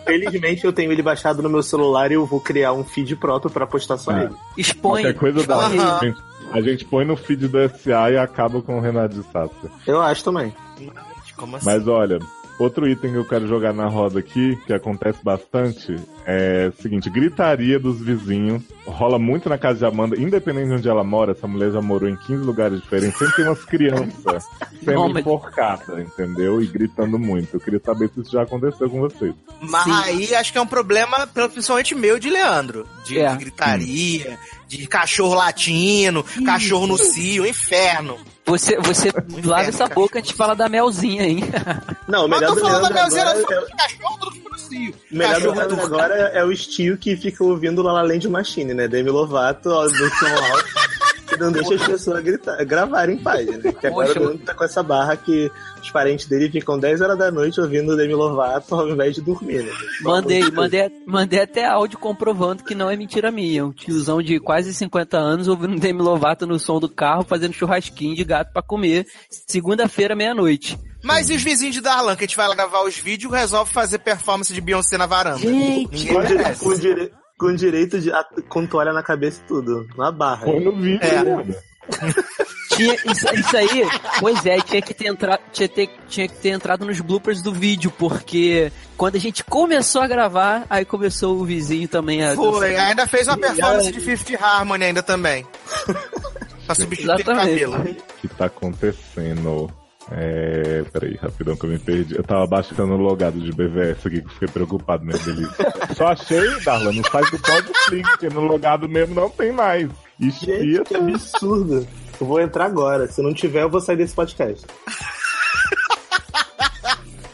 [SPEAKER 3] Felizmente eu tenho ele baixado no meu celular e eu vou criar um feed próprio pra postar só
[SPEAKER 5] É.
[SPEAKER 3] ele.
[SPEAKER 4] Expõe.
[SPEAKER 5] Qualquer coisa dá.
[SPEAKER 3] Aham.
[SPEAKER 5] A gente, a gente põe no feed do SA e acaba com o Renato de Sassa.
[SPEAKER 3] Eu acho também.
[SPEAKER 2] Como
[SPEAKER 5] Mas olha, outro item que eu quero jogar na roda aqui, que acontece bastante, é o seguinte: gritaria dos vizinhos. Rola muito na casa de Amanda, independente de onde ela mora, essa mulher já morou em 15 lugares diferentes. Sempre tem umas crianças sendo
[SPEAKER 2] Nômade.
[SPEAKER 5] enforcadas, entendeu? E gritando muito. Eu queria saber se isso já aconteceu com vocês.
[SPEAKER 2] Mas aí acho que é um problema, principalmente meu, de Leandro. De,
[SPEAKER 5] É.
[SPEAKER 2] de gritaria, de cachorro latino, cachorro no cio, inferno.
[SPEAKER 4] Você, você lava essa boca, a gente fala da melzinha, hein?
[SPEAKER 3] Não, o
[SPEAKER 2] Mas
[SPEAKER 3] melhor
[SPEAKER 2] eu tô
[SPEAKER 3] do
[SPEAKER 2] falando da
[SPEAKER 3] Leandro
[SPEAKER 2] melzinha,
[SPEAKER 3] agora,
[SPEAKER 2] era
[SPEAKER 3] é,
[SPEAKER 2] só de cachorro do no cio.
[SPEAKER 3] o melhor do
[SPEAKER 2] Cachorro
[SPEAKER 3] Leandro
[SPEAKER 2] turco.
[SPEAKER 3] agora é o Steel que fica ouvindo La La Land Machine, né? Demi Lovato, ó, do som alto, que não deixa as pessoas gritar, gravarem em paz, né? Que agora
[SPEAKER 4] Poxa,
[SPEAKER 3] o Leandro tá com essa barra que os parentes dele ficam 10 horas da noite ouvindo Demi Lovato ao invés de dormir, né? Pelo amor de
[SPEAKER 4] Mandei,
[SPEAKER 3] Deus.
[SPEAKER 4] mandei, mandei até áudio comprovando que não é mentira minha. Um tiozão de quase 50 anos ouvindo Demi Lovato no som do carro, fazendo churrasquinho de gato pra comer, segunda-feira, meia-noite.
[SPEAKER 2] Mas e os vizinhos de Darlan, que a gente vai lá gravar os vídeos, resolve fazer performance de Beyoncé na varanda.
[SPEAKER 3] Gente, com, dire-
[SPEAKER 4] é
[SPEAKER 3] com dire- com direito de. a- com toalha na cabeça e tudo. Na barra.
[SPEAKER 5] Põe no vídeo, né?
[SPEAKER 3] é.
[SPEAKER 4] Tinha, isso, isso aí, pois é, tinha que, ter entra, tinha, ter- tinha que ter entrado nos bloopers do vídeo, porque quando a gente começou a gravar, aí começou o vizinho também a.
[SPEAKER 2] Foi,
[SPEAKER 4] dançar.
[SPEAKER 2] ainda fez uma
[SPEAKER 4] E
[SPEAKER 2] performance
[SPEAKER 4] aí-
[SPEAKER 2] de Fifth Harmony ainda também. pra substituir o
[SPEAKER 4] Exatamente.
[SPEAKER 2] cabelo.
[SPEAKER 5] O que tá acontecendo? É. Peraí, rapidão que eu me perdi. Eu tava baixando o logado de BVS aqui que eu fiquei preocupado, minha delícia. Só achei, Darla, no site do Podflix, porque no logado mesmo não tem mais. é Ixi,
[SPEAKER 3] Gente, que absurdo. Eu vou entrar agora. Se não tiver, eu vou sair desse podcast.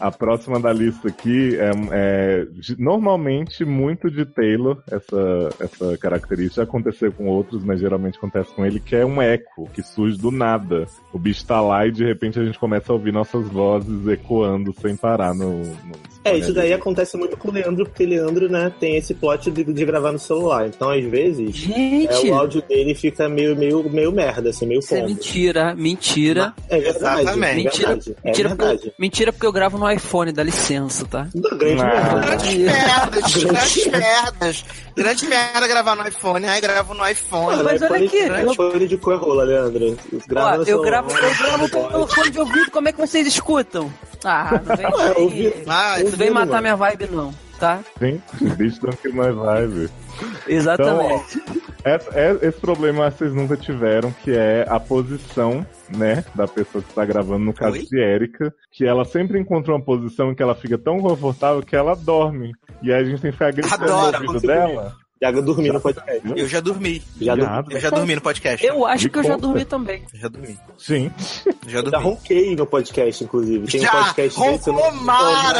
[SPEAKER 5] A próxima da lista aqui é, é de- normalmente muito de Taylor, essa, essa característica. Já aconteceu com outros, mas geralmente acontece com ele, que é um eco, que surge do nada. O bicho tá lá e de repente a gente começa a ouvir nossas vozes ecoando sem parar no. no
[SPEAKER 3] É, isso daí acontece muito com o Leandro, porque o Leandro, né, tem esse plot de, de gravar no celular. Então, às vezes, é, o áudio dele fica meio, meio, meio merda, assim, meio
[SPEAKER 4] Isso é
[SPEAKER 3] pombo.
[SPEAKER 4] mentira, mentira.
[SPEAKER 3] É verdade, Exatamente. é
[SPEAKER 4] Mentira,
[SPEAKER 3] verdade, é
[SPEAKER 4] mentira,
[SPEAKER 3] verdade.
[SPEAKER 4] Porque, eu- mentira porque eu gravo no iPhone, dá licença, tá?
[SPEAKER 3] grande merda.
[SPEAKER 2] Grandes merdas, grandes merdas. Grande merda gravar no iPhone. Ai, gravo no iPhone.
[SPEAKER 4] Mas olha aqui,
[SPEAKER 3] Grande fone é de cor rola, Leandro. Grava
[SPEAKER 4] Ó,
[SPEAKER 3] no
[SPEAKER 4] eu
[SPEAKER 3] celular.
[SPEAKER 4] gravo, eu gravo com o meu fone de ouvido, como é que vocês escutam? Ah, não vem,
[SPEAKER 3] Ué, ouvido.
[SPEAKER 4] ah, não vem
[SPEAKER 5] ouvido,
[SPEAKER 4] matar
[SPEAKER 5] mano.
[SPEAKER 4] minha vibe não, tá?
[SPEAKER 5] Gente, bicho não que mais vibe.
[SPEAKER 4] Exatamente.
[SPEAKER 5] Então, ó, essa- é- esse problema vocês nunca tiveram, que é a posição, né, da pessoa que está gravando, no caso de Érica, que ela sempre encontra uma posição em que ela fica tão confortável que ela dorme. E aí a gente tem que ficar gritando
[SPEAKER 2] Adoro.
[SPEAKER 5] no ouvido dela.
[SPEAKER 3] Já dormi no podcast.
[SPEAKER 2] Eu já dormi.
[SPEAKER 5] Já
[SPEAKER 2] eu
[SPEAKER 5] dormi.
[SPEAKER 2] já dormi no podcast. né?
[SPEAKER 4] Eu acho
[SPEAKER 3] Me
[SPEAKER 4] que eu já
[SPEAKER 3] conta.
[SPEAKER 4] dormi também.
[SPEAKER 2] Já dormi.
[SPEAKER 5] Sim.
[SPEAKER 2] Já
[SPEAKER 3] dormi. Já ronquei no podcast, inclusive. Tem um
[SPEAKER 2] Já
[SPEAKER 3] podcast desse, eu não-
[SPEAKER 2] roncou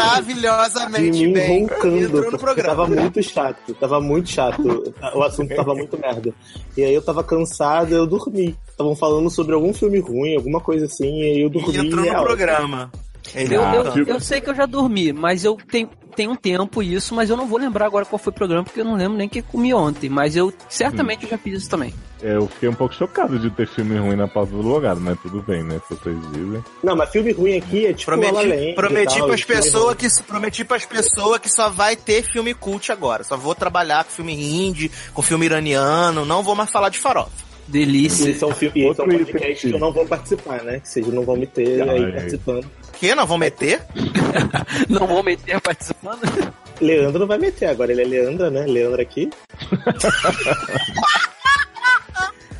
[SPEAKER 2] maravilhosamente
[SPEAKER 3] de mim
[SPEAKER 2] bem.
[SPEAKER 3] roncando.
[SPEAKER 2] Entrou no
[SPEAKER 3] Porque
[SPEAKER 2] programa.
[SPEAKER 3] tava muito chato, tava muito chato. O assunto tava muito merda. E aí eu tava cansado, eu dormi. Estavam falando sobre algum filme ruim, alguma coisa assim, e aí eu dormi.
[SPEAKER 2] entrou no
[SPEAKER 3] real.
[SPEAKER 2] programa.
[SPEAKER 3] é
[SPEAKER 4] Eu, eu, eu sei que eu já dormi, mas eu tenho, tem um tempo isso, mas eu não vou lembrar agora qual foi o programa, porque eu não lembro nem o que comi ontem, mas eu
[SPEAKER 3] Hum.
[SPEAKER 4] certamente eu já fiz isso também.
[SPEAKER 5] Eu fiquei um pouco chocado de ter filme ruim na pausa do lugar, mas tudo bem, né? Se vocês dizem.
[SPEAKER 3] Não, mas filme ruim aqui é tipo La La Land
[SPEAKER 2] Prometi,
[SPEAKER 3] e
[SPEAKER 2] prometi
[SPEAKER 3] tal,
[SPEAKER 2] pras
[SPEAKER 3] filme
[SPEAKER 2] pessoas
[SPEAKER 3] ruim.
[SPEAKER 2] que prometi pras pessoas que só vai ter filme cult agora. Só vou trabalhar com filme indie, com filme iraniano, não vou mais falar de farofa.
[SPEAKER 4] Delícia.
[SPEAKER 3] Esse é um filme, esse é um podcast que eu não vou participar, né? Que vocês não vão me ter aí
[SPEAKER 2] Ai.
[SPEAKER 3] participando.
[SPEAKER 2] Que não vão meter?
[SPEAKER 4] não vou meter participando.
[SPEAKER 3] Leandro não vai meter agora, ele é Leandra, né? Leandra aqui.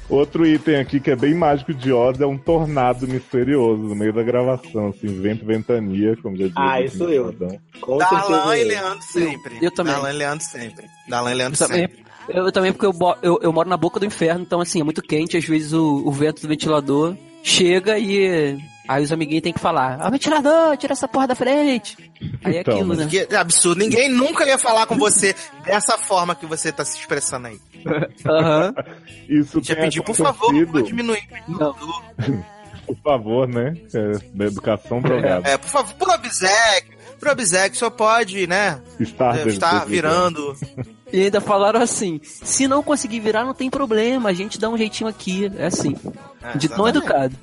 [SPEAKER 5] Outro item aqui que é bem mágico de Oz é um tornado misterioso no meio da gravação, assim, vento, ventania, como já dizia. né,
[SPEAKER 2] Ah,
[SPEAKER 5] o
[SPEAKER 2] isso
[SPEAKER 5] Jimmy
[SPEAKER 2] eu.
[SPEAKER 5] Fadão.
[SPEAKER 3] é
[SPEAKER 2] Dalan e Leandro sempre.
[SPEAKER 4] Eu também.
[SPEAKER 2] Dalan e Leandro sempre. Dalan e Leandro
[SPEAKER 4] Eu também,
[SPEAKER 2] sempre.
[SPEAKER 4] eu também porque eu, bo- eu, eu moro na boca do inferno, então assim, é muito quente, às vezes o, o vento do ventilador chega e aí os amiguinhos têm que falar, ah, ventilador, tira essa porra da frente. Aí é
[SPEAKER 2] Então,
[SPEAKER 4] aquilo, né?
[SPEAKER 2] Que absurdo. Ninguém nunca ia falar com você dessa forma que você tá se expressando aí.
[SPEAKER 4] Aham.
[SPEAKER 5] Isso
[SPEAKER 2] Já
[SPEAKER 5] tem
[SPEAKER 2] pedi, por
[SPEAKER 5] acontecido.
[SPEAKER 2] favor, pode diminuir.
[SPEAKER 5] Por favor, né? É, da educação drogada.
[SPEAKER 2] É, por favor, por obsequio. Por obsequio, só pode, né?
[SPEAKER 5] Estar
[SPEAKER 2] deve estar
[SPEAKER 5] desligado.
[SPEAKER 2] virando. É,
[SPEAKER 4] E ainda falaram assim, se não conseguir virar, não tem problema, a gente dá um jeitinho aqui. É assim. de tão
[SPEAKER 5] exatamente.
[SPEAKER 4] educado.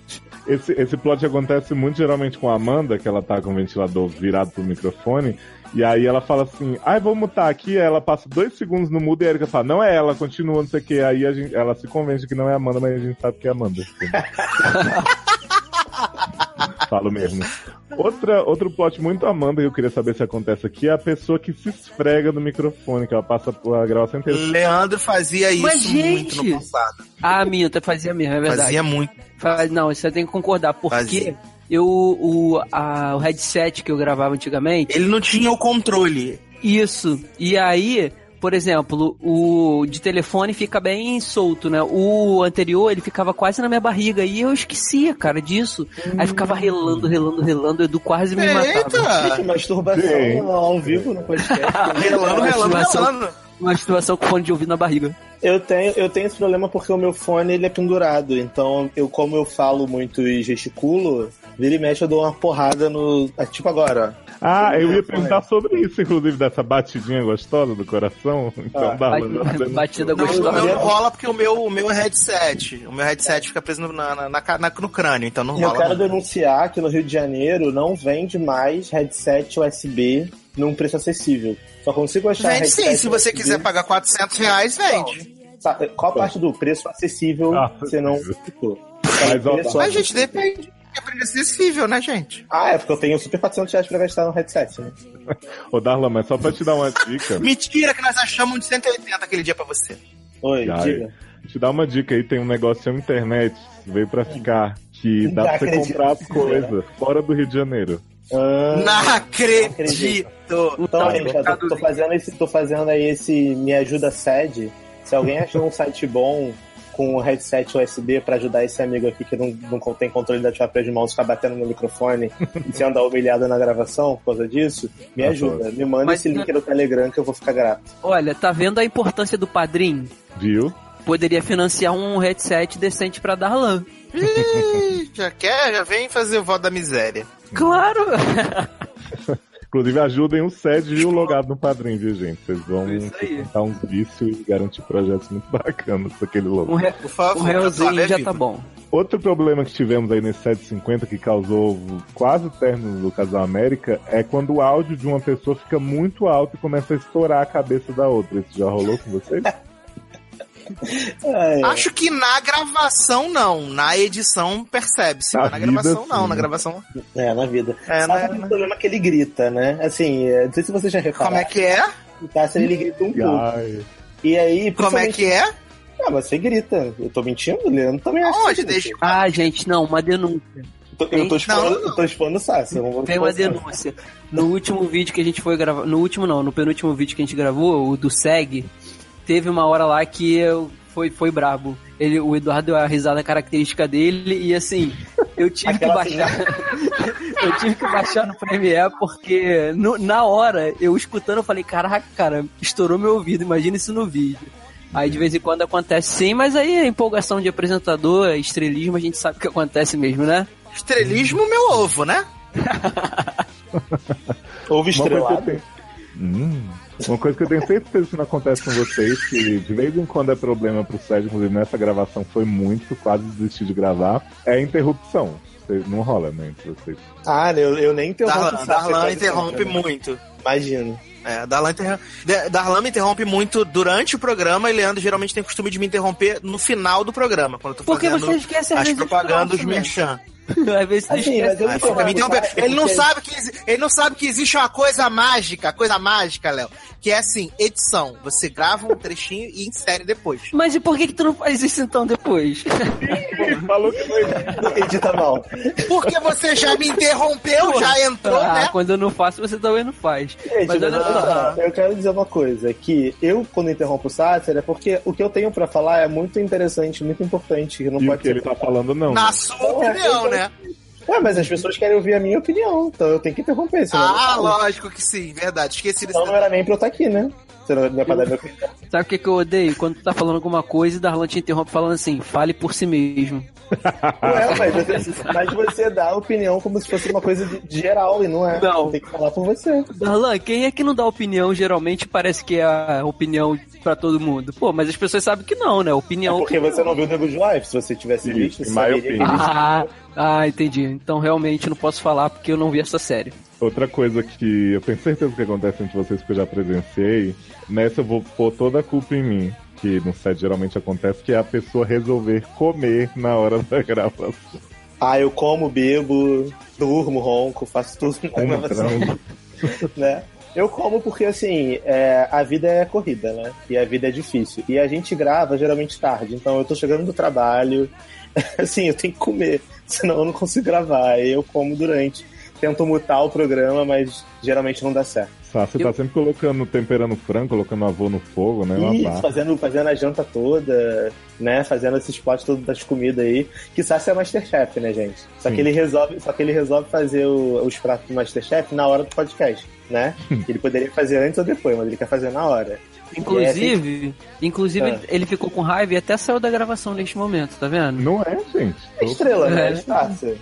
[SPEAKER 5] Esse, esse plot acontece muito geralmente com a Amanda, que ela tá com o ventilador virado pro microfone, e aí ela fala assim, ai, vou mutar aqui, aí ela passa dois segundos no mudo e a Erika fala, não é ela, continua, não sei o que, aí a gente- ela se convence que não é a Amanda, mas a gente sabe que é a Amanda. Falo mesmo. Outra, outro plot muito Amanda que eu queria saber se acontece aqui é a pessoa que se esfrega no microfone, que ela passa a gravação inteira.
[SPEAKER 2] Leandro fazia isso
[SPEAKER 4] Mas,
[SPEAKER 2] muito
[SPEAKER 4] gente!
[SPEAKER 2] no passado.
[SPEAKER 4] Ah, Minta, fazia mesmo, é verdade.
[SPEAKER 2] Fazia muito.
[SPEAKER 4] Fa- Não, isso eu tenho que concordar, porque
[SPEAKER 2] Fazia.
[SPEAKER 4] eu, o, a- o headset que eu gravava antigamente...
[SPEAKER 2] Ele não tinha o controle.
[SPEAKER 4] Isso, e aí, por exemplo, o de telefone fica bem solto, né? O anterior, ele ficava quase na minha barriga, e eu esquecia, cara, disso. Aí ficava relando, relando, relando, o Edu quase me matava.
[SPEAKER 3] Gente, masturbação ao vivo no podcast.
[SPEAKER 4] Relando, relando, relando. Uma situação com fone de ouvido na barriga.
[SPEAKER 3] Eu tenho, eu tenho esse problema porque o meu fone ele é pendurado. Então, eu, como eu falo muito e gesticulo, vira e mexe eu dou uma porrada no. ah, Tipo agora. ó.
[SPEAKER 5] Ah, eu ia perguntar sobre isso, inclusive, dessa batidinha gostosa do coração. Então,
[SPEAKER 3] Ah,
[SPEAKER 5] dá
[SPEAKER 3] bati-
[SPEAKER 4] batida
[SPEAKER 2] Não, o meu não rola porque o meu, o meu é headset. O meu headset fica preso no, na, na, na- na- no crânio, então não
[SPEAKER 3] Eu
[SPEAKER 2] rola.
[SPEAKER 3] quero
[SPEAKER 2] não.
[SPEAKER 3] denunciar que no Rio de Janeiro não vende mais headset USB num preço acessível. Só consigo achar.
[SPEAKER 2] Vende sim,
[SPEAKER 3] headset
[SPEAKER 2] se você
[SPEAKER 3] USB.
[SPEAKER 2] quiser pagar 400 reais, vende.
[SPEAKER 3] Tá, Qual a parte do preço Ah, acessível você não ficou? Mas,
[SPEAKER 2] Mas, gente, depende. É preço acessível, né, gente?
[SPEAKER 3] Ah, é porque eu tenho super 400 reais pra gastar no headset, né?
[SPEAKER 5] Ô, Darla, mas só pra te dar uma dica.
[SPEAKER 2] Mentira que nós achamos um de 180 aquele dia pra você.
[SPEAKER 3] Oi,
[SPEAKER 5] Ai,
[SPEAKER 3] diga.
[SPEAKER 5] Te dar uma dica aí, tem um negócio na internet, veio pra ficar, que dá pra você
[SPEAKER 2] Acredito.
[SPEAKER 5] comprar as coisas fora do Rio de Janeiro.
[SPEAKER 2] Não
[SPEAKER 3] Ah, acredito.
[SPEAKER 2] acredito.
[SPEAKER 3] Então, gente, eu tô, tô fazendo esse, tô fazendo aí esse Me Ajuda SED. Se alguém achou um site bom com o headset USB pra ajudar esse amigo aqui que não, não tem controle da chapéu de mouse, ficar batendo no microfone e se andar humilhado na gravação por causa disso, me
[SPEAKER 4] Ah,
[SPEAKER 3] ajuda.
[SPEAKER 4] pode.
[SPEAKER 3] Me manda esse link no Telegram que eu vou ficar grato.
[SPEAKER 4] Olha, tá vendo a importância do padrinho?
[SPEAKER 5] Viu?
[SPEAKER 4] Poderia financiar um headset decente pra Darlan.
[SPEAKER 2] Ih, já quer? Já vem fazer o voto da miséria.
[SPEAKER 4] Claro!
[SPEAKER 5] Inclusive, ajudem o SED e o logado no padrinho, viu, gente? Vocês vão
[SPEAKER 4] É
[SPEAKER 5] dar uns vícios e garantir projetos muito bacanas pra aquele logo.
[SPEAKER 4] Um, re...
[SPEAKER 2] Por favor,
[SPEAKER 4] um realzinho
[SPEAKER 2] Flávia
[SPEAKER 4] já
[SPEAKER 2] Viva.
[SPEAKER 4] tá bom.
[SPEAKER 5] Outro problema que tivemos aí nesse 750 que causou quase o término do Casal América é quando o áudio de uma pessoa fica muito alto e começa a estourar a cabeça da outra. Isso já rolou com vocês?
[SPEAKER 3] É.
[SPEAKER 2] Acho que na gravação não, na edição percebe-se,
[SPEAKER 3] Na
[SPEAKER 2] mas na gravação
[SPEAKER 3] vida,
[SPEAKER 2] não,
[SPEAKER 3] sim.
[SPEAKER 2] na gravação.
[SPEAKER 3] É, na vida.
[SPEAKER 2] É,
[SPEAKER 3] Sabe
[SPEAKER 2] né,
[SPEAKER 3] aquele
[SPEAKER 2] né?
[SPEAKER 3] problema que ele grita, né? Assim, é, não sei se você já reparou.
[SPEAKER 2] Como é que é?
[SPEAKER 3] O Cássio, ele grita um pouco. E aí,
[SPEAKER 2] Como é que é?
[SPEAKER 3] Ah, mas você grita. Eu tô mentindo, Leandro também acho.
[SPEAKER 2] Onde?
[SPEAKER 3] Deixa...
[SPEAKER 4] Ah, gente, não, uma denúncia.
[SPEAKER 3] Eu tô expondo, eu tô expondo o Sassi. eu não vou
[SPEAKER 4] Tem uma
[SPEAKER 3] expor o Sassi.
[SPEAKER 4] denúncia. No último vídeo que a gente foi gravar. No último não, no penúltimo vídeo que a gente gravou, o do SEG, teve uma hora lá que eu foi, foi brabo. Ele, o Eduardo deu a risada característica dele e assim, eu tive que baixar. eu tive que baixar no Premiere porque no- na hora, eu escutando, eu falei, caraca, cara, estourou meu ouvido, imagina isso no vídeo. Aí de vez em quando acontece sim, mas aí é empolgação de apresentador, estrelismo, a gente sabe que acontece mesmo, né?
[SPEAKER 2] Estrelismo, meu ovo, né?
[SPEAKER 3] Houve
[SPEAKER 5] Uma coisa que eu
[SPEAKER 3] estrelado.
[SPEAKER 5] tenho- Hum. Uma coisa que eu tenho certeza que não acontece com vocês, que de vez em quando é problema pro Sérgio, inclusive nessa gravação foi muito, quase desisti de gravar, é a interrupção. Vocês- Não rola, né, entre vocês.
[SPEAKER 3] Ah, eu, eu nem interrompo o
[SPEAKER 2] Darlan,
[SPEAKER 3] Sassi,
[SPEAKER 2] Darlan
[SPEAKER 3] quase
[SPEAKER 2] interrompe
[SPEAKER 3] sempre, né?
[SPEAKER 2] muito.
[SPEAKER 3] Imagino.
[SPEAKER 2] É, Darlan, interrom- Da- Darlan me interrompe muito durante o programa e Leandro geralmente tem costume de me interromper no final do programa, quando eu tô
[SPEAKER 4] Porque
[SPEAKER 2] fazendo
[SPEAKER 4] você esquece às
[SPEAKER 2] as
[SPEAKER 4] vezes do
[SPEAKER 2] propagandas dos
[SPEAKER 4] troço, né?
[SPEAKER 2] merchan.
[SPEAKER 4] Às vezes você
[SPEAKER 2] Assim,
[SPEAKER 4] esquece.
[SPEAKER 2] mas eu fico me interrompendo.
[SPEAKER 4] Então,
[SPEAKER 2] Ele não sabe que exi- ele não sabe que existe uma coisa mágica, coisa mágica, Léo, que é assim, edição. Você grava um trechinho e insere depois.
[SPEAKER 4] Mas e por que, que tu não faz isso então depois?
[SPEAKER 5] Falou que foi.
[SPEAKER 3] Edita mal.
[SPEAKER 2] Porque você já me interrompeu, já entrou,
[SPEAKER 4] ah,
[SPEAKER 2] né?
[SPEAKER 4] Quando eu não faço, você também não faz.
[SPEAKER 3] Gente,
[SPEAKER 4] mas olha
[SPEAKER 3] mas
[SPEAKER 4] só.
[SPEAKER 3] eu- eu quero dizer uma coisa, que eu, quando interrompo o Sasser, é porque o que eu tenho pra falar é muito interessante, muito importante, que não
[SPEAKER 5] E o
[SPEAKER 3] pode
[SPEAKER 5] que
[SPEAKER 3] ser
[SPEAKER 5] ele tá falando,
[SPEAKER 3] Ah,
[SPEAKER 5] não.
[SPEAKER 2] Na sua
[SPEAKER 3] então,
[SPEAKER 2] opinião, né?
[SPEAKER 3] Ué, mas as pessoas querem ouvir a minha opinião, então eu tenho que interromper. senão eu não
[SPEAKER 2] Ah,
[SPEAKER 3] falo.
[SPEAKER 2] lógico que sim, verdade. Esqueci desse
[SPEAKER 3] Então não era nem pra eu estar aqui, né? Você não não é pra dar minha opinião.
[SPEAKER 4] Sabe o que, que eu odeio? Quando tu tá falando alguma coisa e Darlan te interrompe falando assim, fale por si mesmo. Ah.
[SPEAKER 3] Ué, é, mas assim, você, mas você dá a opinião como se fosse uma coisa de- de geral, e não é. Não. Tem que falar por você.
[SPEAKER 4] Darlan, quem é que não dá opinião geralmente parece que é a opinião pra todo mundo? Pô, mas as pessoas sabem que não, né? Opinião.
[SPEAKER 3] É porque é um você não viu o Nego de Live, se você tivesse visto, você saberia que
[SPEAKER 4] Ah, ah, entendi. Então realmente não posso falar porque eu não vi essa série.
[SPEAKER 3] É,
[SPEAKER 5] Outra coisa que eu tenho certeza que acontece entre vocês, que eu já presenciei, nessa eu vou pôr toda a culpa em mim, que no set geralmente acontece, que é a pessoa resolver comer na hora da gravação.
[SPEAKER 3] Ah, eu como, bebo, durmo, ronco, faço tudo na
[SPEAKER 5] Como,
[SPEAKER 3] gravação.
[SPEAKER 5] transo.
[SPEAKER 3] né? Eu como porque, assim, é, a vida é corrida, né? E a vida é difícil. E a gente grava geralmente tarde. Então eu tô chegando do trabalho, assim, eu tenho que comer, senão eu não consigo gravar. E eu como durante. Tento mutar o programa, mas geralmente não dá certo.
[SPEAKER 5] Sá, você tá sempre colocando, temperando frango, colocando avô no fogo, né? Uma
[SPEAKER 3] Isso,
[SPEAKER 5] barra.
[SPEAKER 3] fazendo, fazendo a janta toda, né? Fazendo esses potes todos das comidas aí. Que Sassi é Masterchef, né, gente? Só
[SPEAKER 5] Sim.
[SPEAKER 3] que, ele resolve, só que ele resolve fazer o- os pratos do Masterchef na hora do podcast, né? ele poderia fazer antes ou depois, mas ele quer fazer na hora.
[SPEAKER 4] Inclusive, inclusive
[SPEAKER 3] Ah.
[SPEAKER 4] ele, ele ficou com raiva e até saiu da gravação neste momento, tá vendo?
[SPEAKER 5] Não é, gente.
[SPEAKER 3] É estrela, né? Sassi?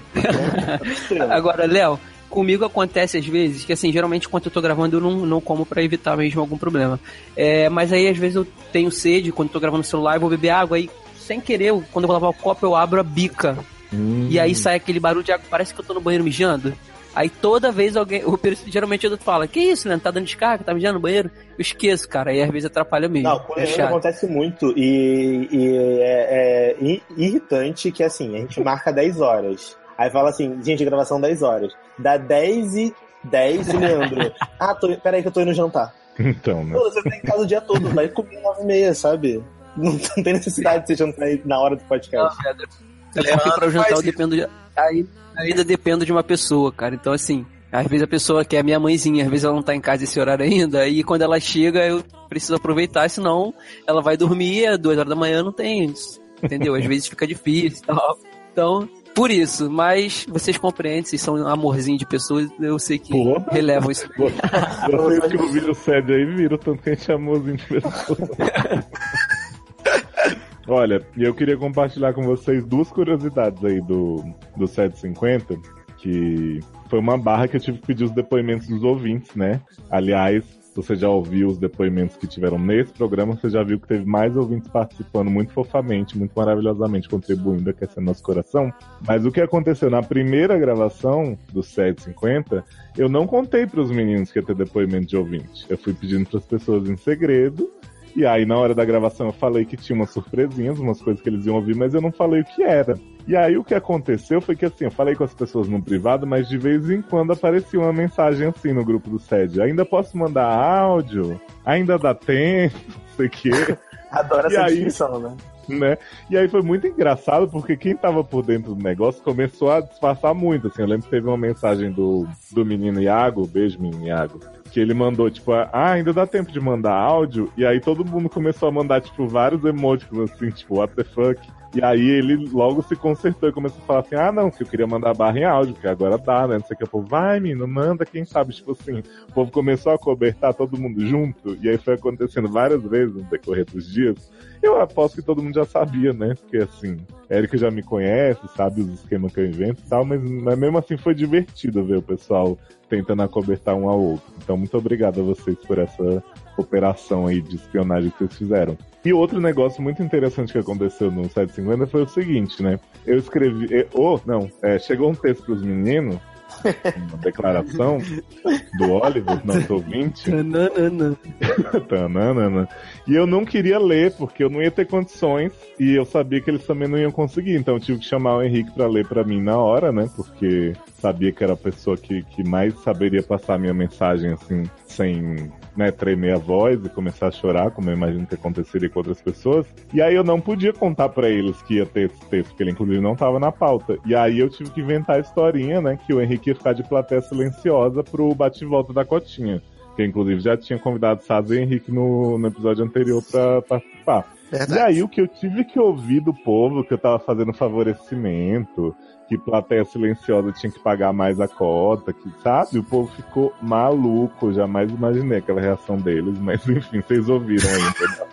[SPEAKER 4] Agora, Léo, comigo acontece às vezes que, assim, geralmente quando eu tô gravando eu não, não como pra evitar mesmo algum problema. É, mas aí às vezes eu tenho sede, quando eu tô gravando no celular, eu vou beber água, aí sem querer, eu- quando eu vou lavar o copo, eu abro a bica. E aí sai aquele barulho de água, parece que eu tô no banheiro mijando. Aí toda vez alguém, o Pedro geralmente eu fala, que isso, né? Tá dando descarga, tá mijando no banheiro? Eu esqueço, cara, aí às vezes atrapalha mesmo.
[SPEAKER 3] Não,
[SPEAKER 4] é
[SPEAKER 3] coreano
[SPEAKER 4] chato.
[SPEAKER 3] acontece muito e, e é, é i- irritante que assim, a gente marca 10 horas. Aí fala assim, gente, gravação 10 horas. Dá 10 e 10 e Leandro. ah, tô, peraí que eu tô indo jantar.
[SPEAKER 5] Então, né?
[SPEAKER 3] Pô, você tá em casa o dia todo, vai comer 9 e meia, sabe? Não, não tem necessidade de você jantar aí na hora do podcast.
[SPEAKER 4] É porque pra eu jantar eu dependo de, aí, ainda dependo de uma pessoa, cara. Então, assim, às vezes a pessoa que é minha mãezinha, às vezes ela não tá em casa esse horário ainda, e quando ela chega eu preciso aproveitar, senão ela vai dormir, é duas horas da manhã não tem Entendeu? Às vezes fica difícil e tal. Então, por isso. Mas vocês compreendem, vocês são um amorzinho de pessoas, eu sei que relevam isso.
[SPEAKER 5] Vocês que ouviram o Sede aí viram o tanto que a gente amouzinho de pessoa. Olha, e eu queria compartilhar com vocês duas curiosidades aí do, do 750, que foi uma barra que eu tive que pedir os depoimentos dos ouvintes, né? Aliás, se você já ouviu os depoimentos que tiveram nesse programa, você já viu que teve mais ouvintes participando muito fofamente, muito maravilhosamente contribuindo, aquecendo nosso coração. Mas o que aconteceu na primeira gravação do 750, eu não contei para os meninos que ia ter depoimento de ouvinte. Eu fui pedindo para as pessoas em segredo, e aí, na hora da gravação, eu falei que tinha umas surpresinhas, umas coisas que eles iam ouvir, mas eu não falei o que era. E aí, o que aconteceu foi que, assim, eu falei com as pessoas no privado, mas de vez em quando aparecia uma mensagem assim no grupo do SED. Ainda posso mandar áudio? Ainda dá tempo? Não sei o quê.
[SPEAKER 3] Adoro
[SPEAKER 5] E
[SPEAKER 3] essa
[SPEAKER 5] aí-
[SPEAKER 3] descrição, né?
[SPEAKER 5] né? E aí foi muito engraçado porque quem tava por dentro do negócio começou a disfarçar muito, assim. Eu lembro que teve uma mensagem do, do menino Iago, beijo menino Iago, que ele mandou, tipo, ah, ainda dá tempo de mandar áudio? E aí todo mundo começou a mandar, tipo, vários emoticons, assim, tipo, what the fuck? E aí ele logo se consertou e começou a falar assim, ah, não, que eu queria mandar barra em áudio, que agora dá, né? Não sei o que, o povo, vai, menino, manda, quem sabe, tipo assim, o povo começou a cobertar todo mundo junto, e aí foi acontecendo várias vezes no decorrer dos dias, eu aposto que todo mundo já sabia, né? Porque assim, Érica já me conhece, sabe os esquemas que eu invento e tal, mas, mas mesmo assim foi divertido ver o pessoal tentando acobertar um ao outro. Então, muito obrigado a vocês por essa operação aí de espionagem que vocês fizeram. E outro negócio muito interessante que aconteceu no 750 foi o seguinte, né? Eu escrevi. eh, Oh, não, é, chegou um texto pros meninos, uma declaração do Oliver, nosso ouvinte. Tananana. E eu não queria ler, porque eu não ia ter condições e eu sabia que eles também não iam conseguir. Então eu tive que chamar o Henrique pra ler pra mim na hora, né? Porque sabia que era a pessoa que, que mais saberia passar a minha mensagem, assim, sem né, tremer a voz e começar a chorar, como eu imagino que aconteceria com outras pessoas. E aí eu não podia contar pra eles que ia ter esse texto, porque ele inclusive não tava na pauta. E aí eu tive que inventar a historinha, né? Que o Henrique ia ficar de plateia silenciosa pro bate-volta da Cotinha que inclusive já tinha convidado Sazo e Henrique no, no episódio anterior pra participar. E aí o que eu tive que ouvir do povo, que eu tava fazendo favorecimento, que plateia silenciosa tinha que pagar mais a cota, que sabe? O povo ficou maluco, eu jamais imaginei aquela reação deles, mas enfim, vocês ouviram né? aí. entendeu?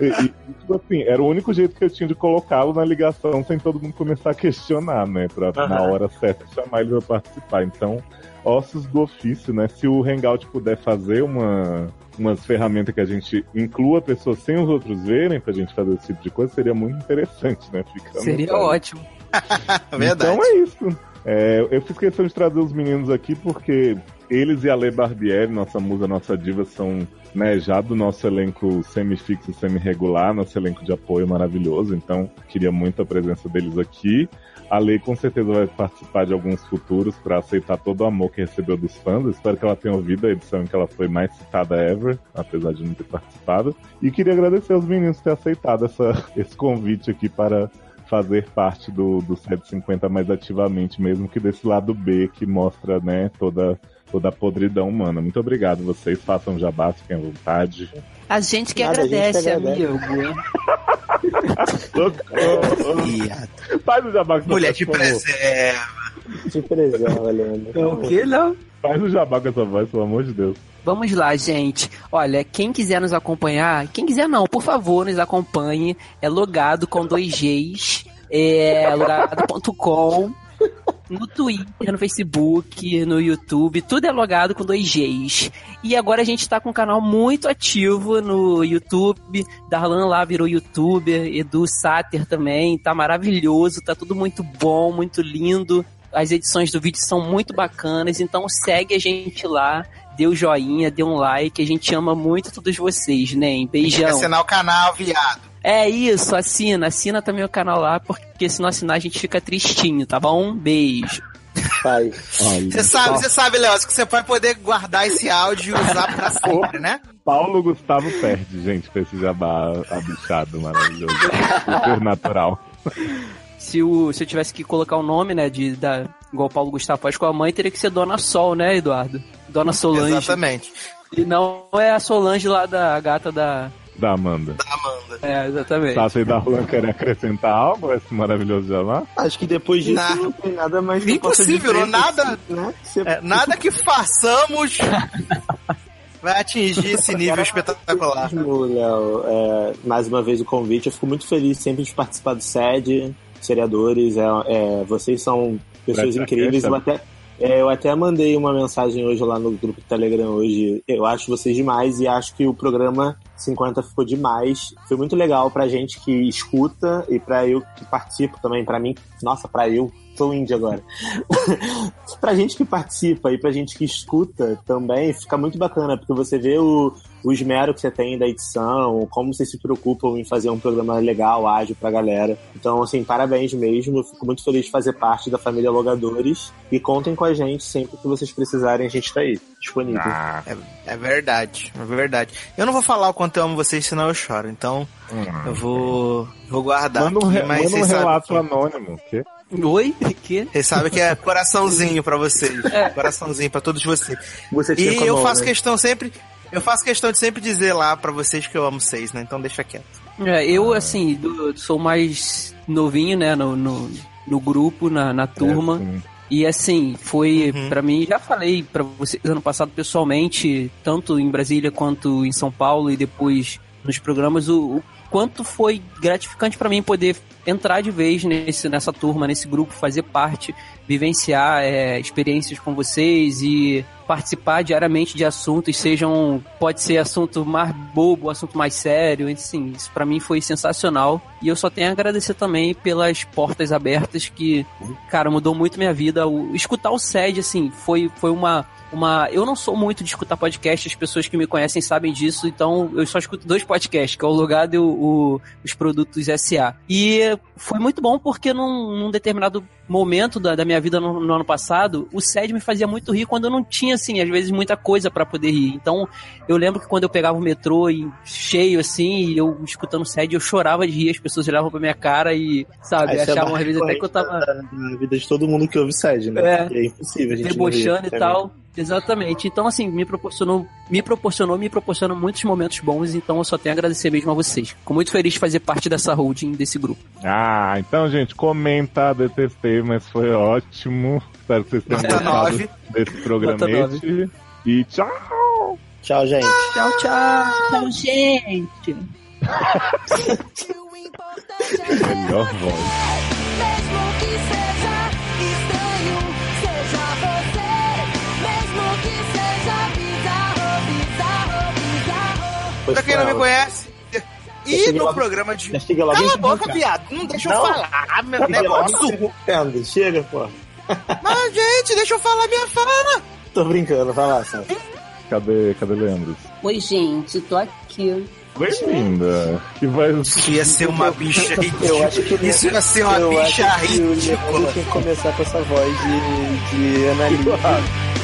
[SPEAKER 5] E, e, tipo assim, era o único jeito que eu tinha de colocá-lo na ligação sem todo mundo começar a questionar, né? Pra na
[SPEAKER 10] Aham.
[SPEAKER 5] hora certa chamar ele pra participar. Então, ossos do ofício, né? Se o Hangout puder fazer uma, umas ferramentas que a gente inclua pessoas sem os outros verem pra gente fazer esse tipo de coisa, seria muito interessante, né? Fica
[SPEAKER 4] Seria
[SPEAKER 5] anotado.
[SPEAKER 4] ótimo.
[SPEAKER 5] Então é isso. É, eu fiz questão de trazer os meninos aqui porque eles e a Lê Barbieri, nossa musa, nossa diva, são né, já do nosso elenco semifixo, semi-regular, nosso elenco de apoio maravilhoso. Então, queria muito a presença deles aqui. A Lei com certeza vai participar de alguns futuros para aceitar todo o amor que recebeu dos fãs. Eu espero que ela tenha ouvido a edição em que ela foi mais citada ever, apesar de não ter participado. E queria agradecer aos meninos por ter aceitado essa- esse convite aqui para fazer parte do, do 750 mais ativamente, mesmo que desse lado B que mostra, né, toda, toda a podridão humana. Muito obrigado, vocês façam jabá, fiquem à vontade.
[SPEAKER 1] A gente que
[SPEAKER 5] Nada, a gente que
[SPEAKER 1] agradece,
[SPEAKER 5] agradece.
[SPEAKER 1] amigo.
[SPEAKER 5] Faz o jabá com
[SPEAKER 2] Mulher
[SPEAKER 5] essa
[SPEAKER 2] de
[SPEAKER 5] voz, por favor.
[SPEAKER 2] preserva.
[SPEAKER 3] Te preserva, Leandro.
[SPEAKER 4] Então, o que não?
[SPEAKER 5] Faz o jabá com essa voz, pelo amor de Deus.
[SPEAKER 4] Vamos lá, gente. Olha, quem quiser nos acompanhar, quem quiser não, por favor, nos acompanhe. É logado com dois Gs, é logado.com, no Twitter, no Facebook, no YouTube, tudo é logado com dois Gs. E agora a gente tá com um canal muito ativo no YouTube. Darlan lá virou youtuber, Edu Sater também, tá maravilhoso, tá tudo muito bom, muito lindo. As edições do vídeo são muito bacanas, então segue a gente lá, dê o joinha, dê um like, a gente ama muito todos vocês, né? Beijão.
[SPEAKER 2] Assinar o canal, viado.
[SPEAKER 4] É isso, assina, assina também o canal lá, porque se não assinar a gente fica tristinho, tá bom? Beijo.
[SPEAKER 3] Pai.
[SPEAKER 2] Você sabe, você sabe, Léo, que você vai poder guardar esse áudio e usar pra sempre, né?
[SPEAKER 5] Paulo Gustavo perde, gente, com esse jabá abichado maravilhoso. Super natural.
[SPEAKER 4] Se, o, se eu tivesse que colocar o nome, né, de, da, igual o Paulo Gustavo faz com a mãe, teria que ser Dona Sol, né, Eduardo? Dona Solange.
[SPEAKER 2] Exatamente.
[SPEAKER 4] E não é a Solange lá da a gata da.
[SPEAKER 5] Da Amanda.
[SPEAKER 2] Amanda.
[SPEAKER 3] ainda.
[SPEAKER 4] É, exatamente.
[SPEAKER 5] Sato e Darlan querem acrescentar algo a esse maravilhoso jabá?
[SPEAKER 3] Acho que depois disso
[SPEAKER 2] Na-
[SPEAKER 3] não tem nada mais que eu possa
[SPEAKER 2] Impossível,
[SPEAKER 3] dizer,
[SPEAKER 2] nada,
[SPEAKER 3] assim, né?
[SPEAKER 2] é, nada que façamos vai atingir esse nível espetacular.
[SPEAKER 3] Mesmo, Léo, é, mais uma vez o convite. Eu fico muito feliz sempre de participar do SED, vereadores. É, é, vocês são pessoas
[SPEAKER 10] Vai pra
[SPEAKER 3] incríveis.
[SPEAKER 10] festa,
[SPEAKER 3] Eu
[SPEAKER 10] né?
[SPEAKER 3] até, é, eu até mandei uma mensagem hoje lá no grupo do Telegram hoje. Eu acho vocês demais e acho que o programa 50 ficou demais. Foi muito legal pra gente que escuta e pra eu que participo também. Pra mim, nossa, pra eu. Sou índio agora. pra gente que participa e pra gente que escuta também, fica muito bacana, porque você vê o, o esmero que você tem da edição, como vocês se preocupam em fazer um programa legal, ágil pra galera. Então, assim, parabéns mesmo. Eu fico muito feliz de fazer parte da família Logadores. E contem com a gente sempre que vocês precisarem, a gente tá aí, disponível.
[SPEAKER 2] É verdade, é verdade. Eu não vou falar o quanto eu amo vocês, senão eu choro. Então, eu vou, vou guardar.
[SPEAKER 5] Hum. Manda um,
[SPEAKER 2] aqui,
[SPEAKER 5] re-
[SPEAKER 2] mas
[SPEAKER 5] manda um
[SPEAKER 2] vocês sabem
[SPEAKER 5] relato
[SPEAKER 2] que-
[SPEAKER 5] anônimo. o quê?
[SPEAKER 4] Oi? Que?
[SPEAKER 2] Vocês sabem que é coraçãozinho pra vocês. Coraçãozinho pra todos vocês.
[SPEAKER 3] Você tinha com
[SPEAKER 2] e
[SPEAKER 3] a
[SPEAKER 2] eu
[SPEAKER 3] mão,
[SPEAKER 2] faço
[SPEAKER 3] né?
[SPEAKER 2] questão sempre. Eu faço questão de sempre dizer lá pra vocês que eu amo vocês, né? Então deixa quieto.
[SPEAKER 4] É, eu, assim, do- sou mais novinho, né, no, no, no grupo, na, na turma. E assim, foi pra mim, já falei pra vocês ano passado pessoalmente, tanto em Brasília quanto em São Paulo e depois nos programas, o, o quanto foi gratificante pra mim poder entrar de vez nesse, nessa turma, nesse grupo, fazer parte, vivenciar é, experiências com vocês e participar diariamente de assuntos, sejam pode ser assunto mais bobo, assunto mais sério, assim, isso pra mim foi sensacional. E eu só tenho a agradecer também pelas portas abertas que, cara, mudou muito minha vida. O, escutar o SED, assim, foi, foi uma, uma. Eu não sou muito de escutar podcast, as pessoas que me conhecem sabem disso, então eu só escuto dois podcasts, que é o Logado e o, o- os produtos SA. E foi muito bom porque num, num determinado momento da, da minha vida no, no ano passado, o SED me fazia muito rir quando eu não tinha, assim, às vezes muita coisa pra poder rir. Então, eu lembro que quando eu pegava o metrô e cheio, assim, e eu escutando o SED, eu chorava de rir, as pessoas olhavam pra minha cara e, sabe,
[SPEAKER 3] Aí você
[SPEAKER 4] achavam
[SPEAKER 3] abarca
[SPEAKER 4] às vezes até que eu tava
[SPEAKER 3] Na vida de todo mundo que ouve sede, né?
[SPEAKER 4] É.
[SPEAKER 3] Porque É, impossível a gente não rir,
[SPEAKER 4] debochando e
[SPEAKER 3] né?
[SPEAKER 4] tal. Exatamente. Então, assim, me proporcionou, me proporcionou, me proporcionou muitos momentos bons, então eu só tenho a agradecer mesmo a vocês. Fico muito feliz de fazer parte dessa holding, desse grupo.
[SPEAKER 5] Ah, então, gente, comenta, detestei, mas foi ótimo. Espero que vocês tenham gostado
[SPEAKER 4] nove.
[SPEAKER 5] desse
[SPEAKER 4] Nota
[SPEAKER 5] programete. E tchau!
[SPEAKER 3] Tchau, gente.
[SPEAKER 4] Tchau, tchau. Tchau, gente.
[SPEAKER 5] Melhor voz.
[SPEAKER 1] Mesmo que seja estranho, seja você. Mesmo que seja bizarro, bizarro, bizarro.
[SPEAKER 2] pra quem não me conhece. E
[SPEAKER 3] cheguei
[SPEAKER 2] no
[SPEAKER 3] logo-
[SPEAKER 2] programa de.
[SPEAKER 3] eu cheguei logo
[SPEAKER 2] Cala
[SPEAKER 3] em
[SPEAKER 2] a boca,
[SPEAKER 3] brincar.
[SPEAKER 2] viado. Não deixa eu
[SPEAKER 3] Não.
[SPEAKER 2] falar, meu
[SPEAKER 3] Tá
[SPEAKER 2] negócio.
[SPEAKER 3] me interrompendo. Chega, pô.
[SPEAKER 2] Mas, gente, deixa eu falar minha fala.
[SPEAKER 3] Tô brincando, vai lá, Sam.
[SPEAKER 5] Cadê, cadê Leandro?
[SPEAKER 19] Oi, gente, tô aqui.
[SPEAKER 5] Bem-vinda! Que vai...
[SPEAKER 2] ia ser uma bicha
[SPEAKER 3] Eu acho que
[SPEAKER 2] Isso ia ser uma
[SPEAKER 3] eu
[SPEAKER 2] bicha
[SPEAKER 3] acho que o Leandro
[SPEAKER 2] ridícula.
[SPEAKER 3] tem que começar com essa voz de, de analista.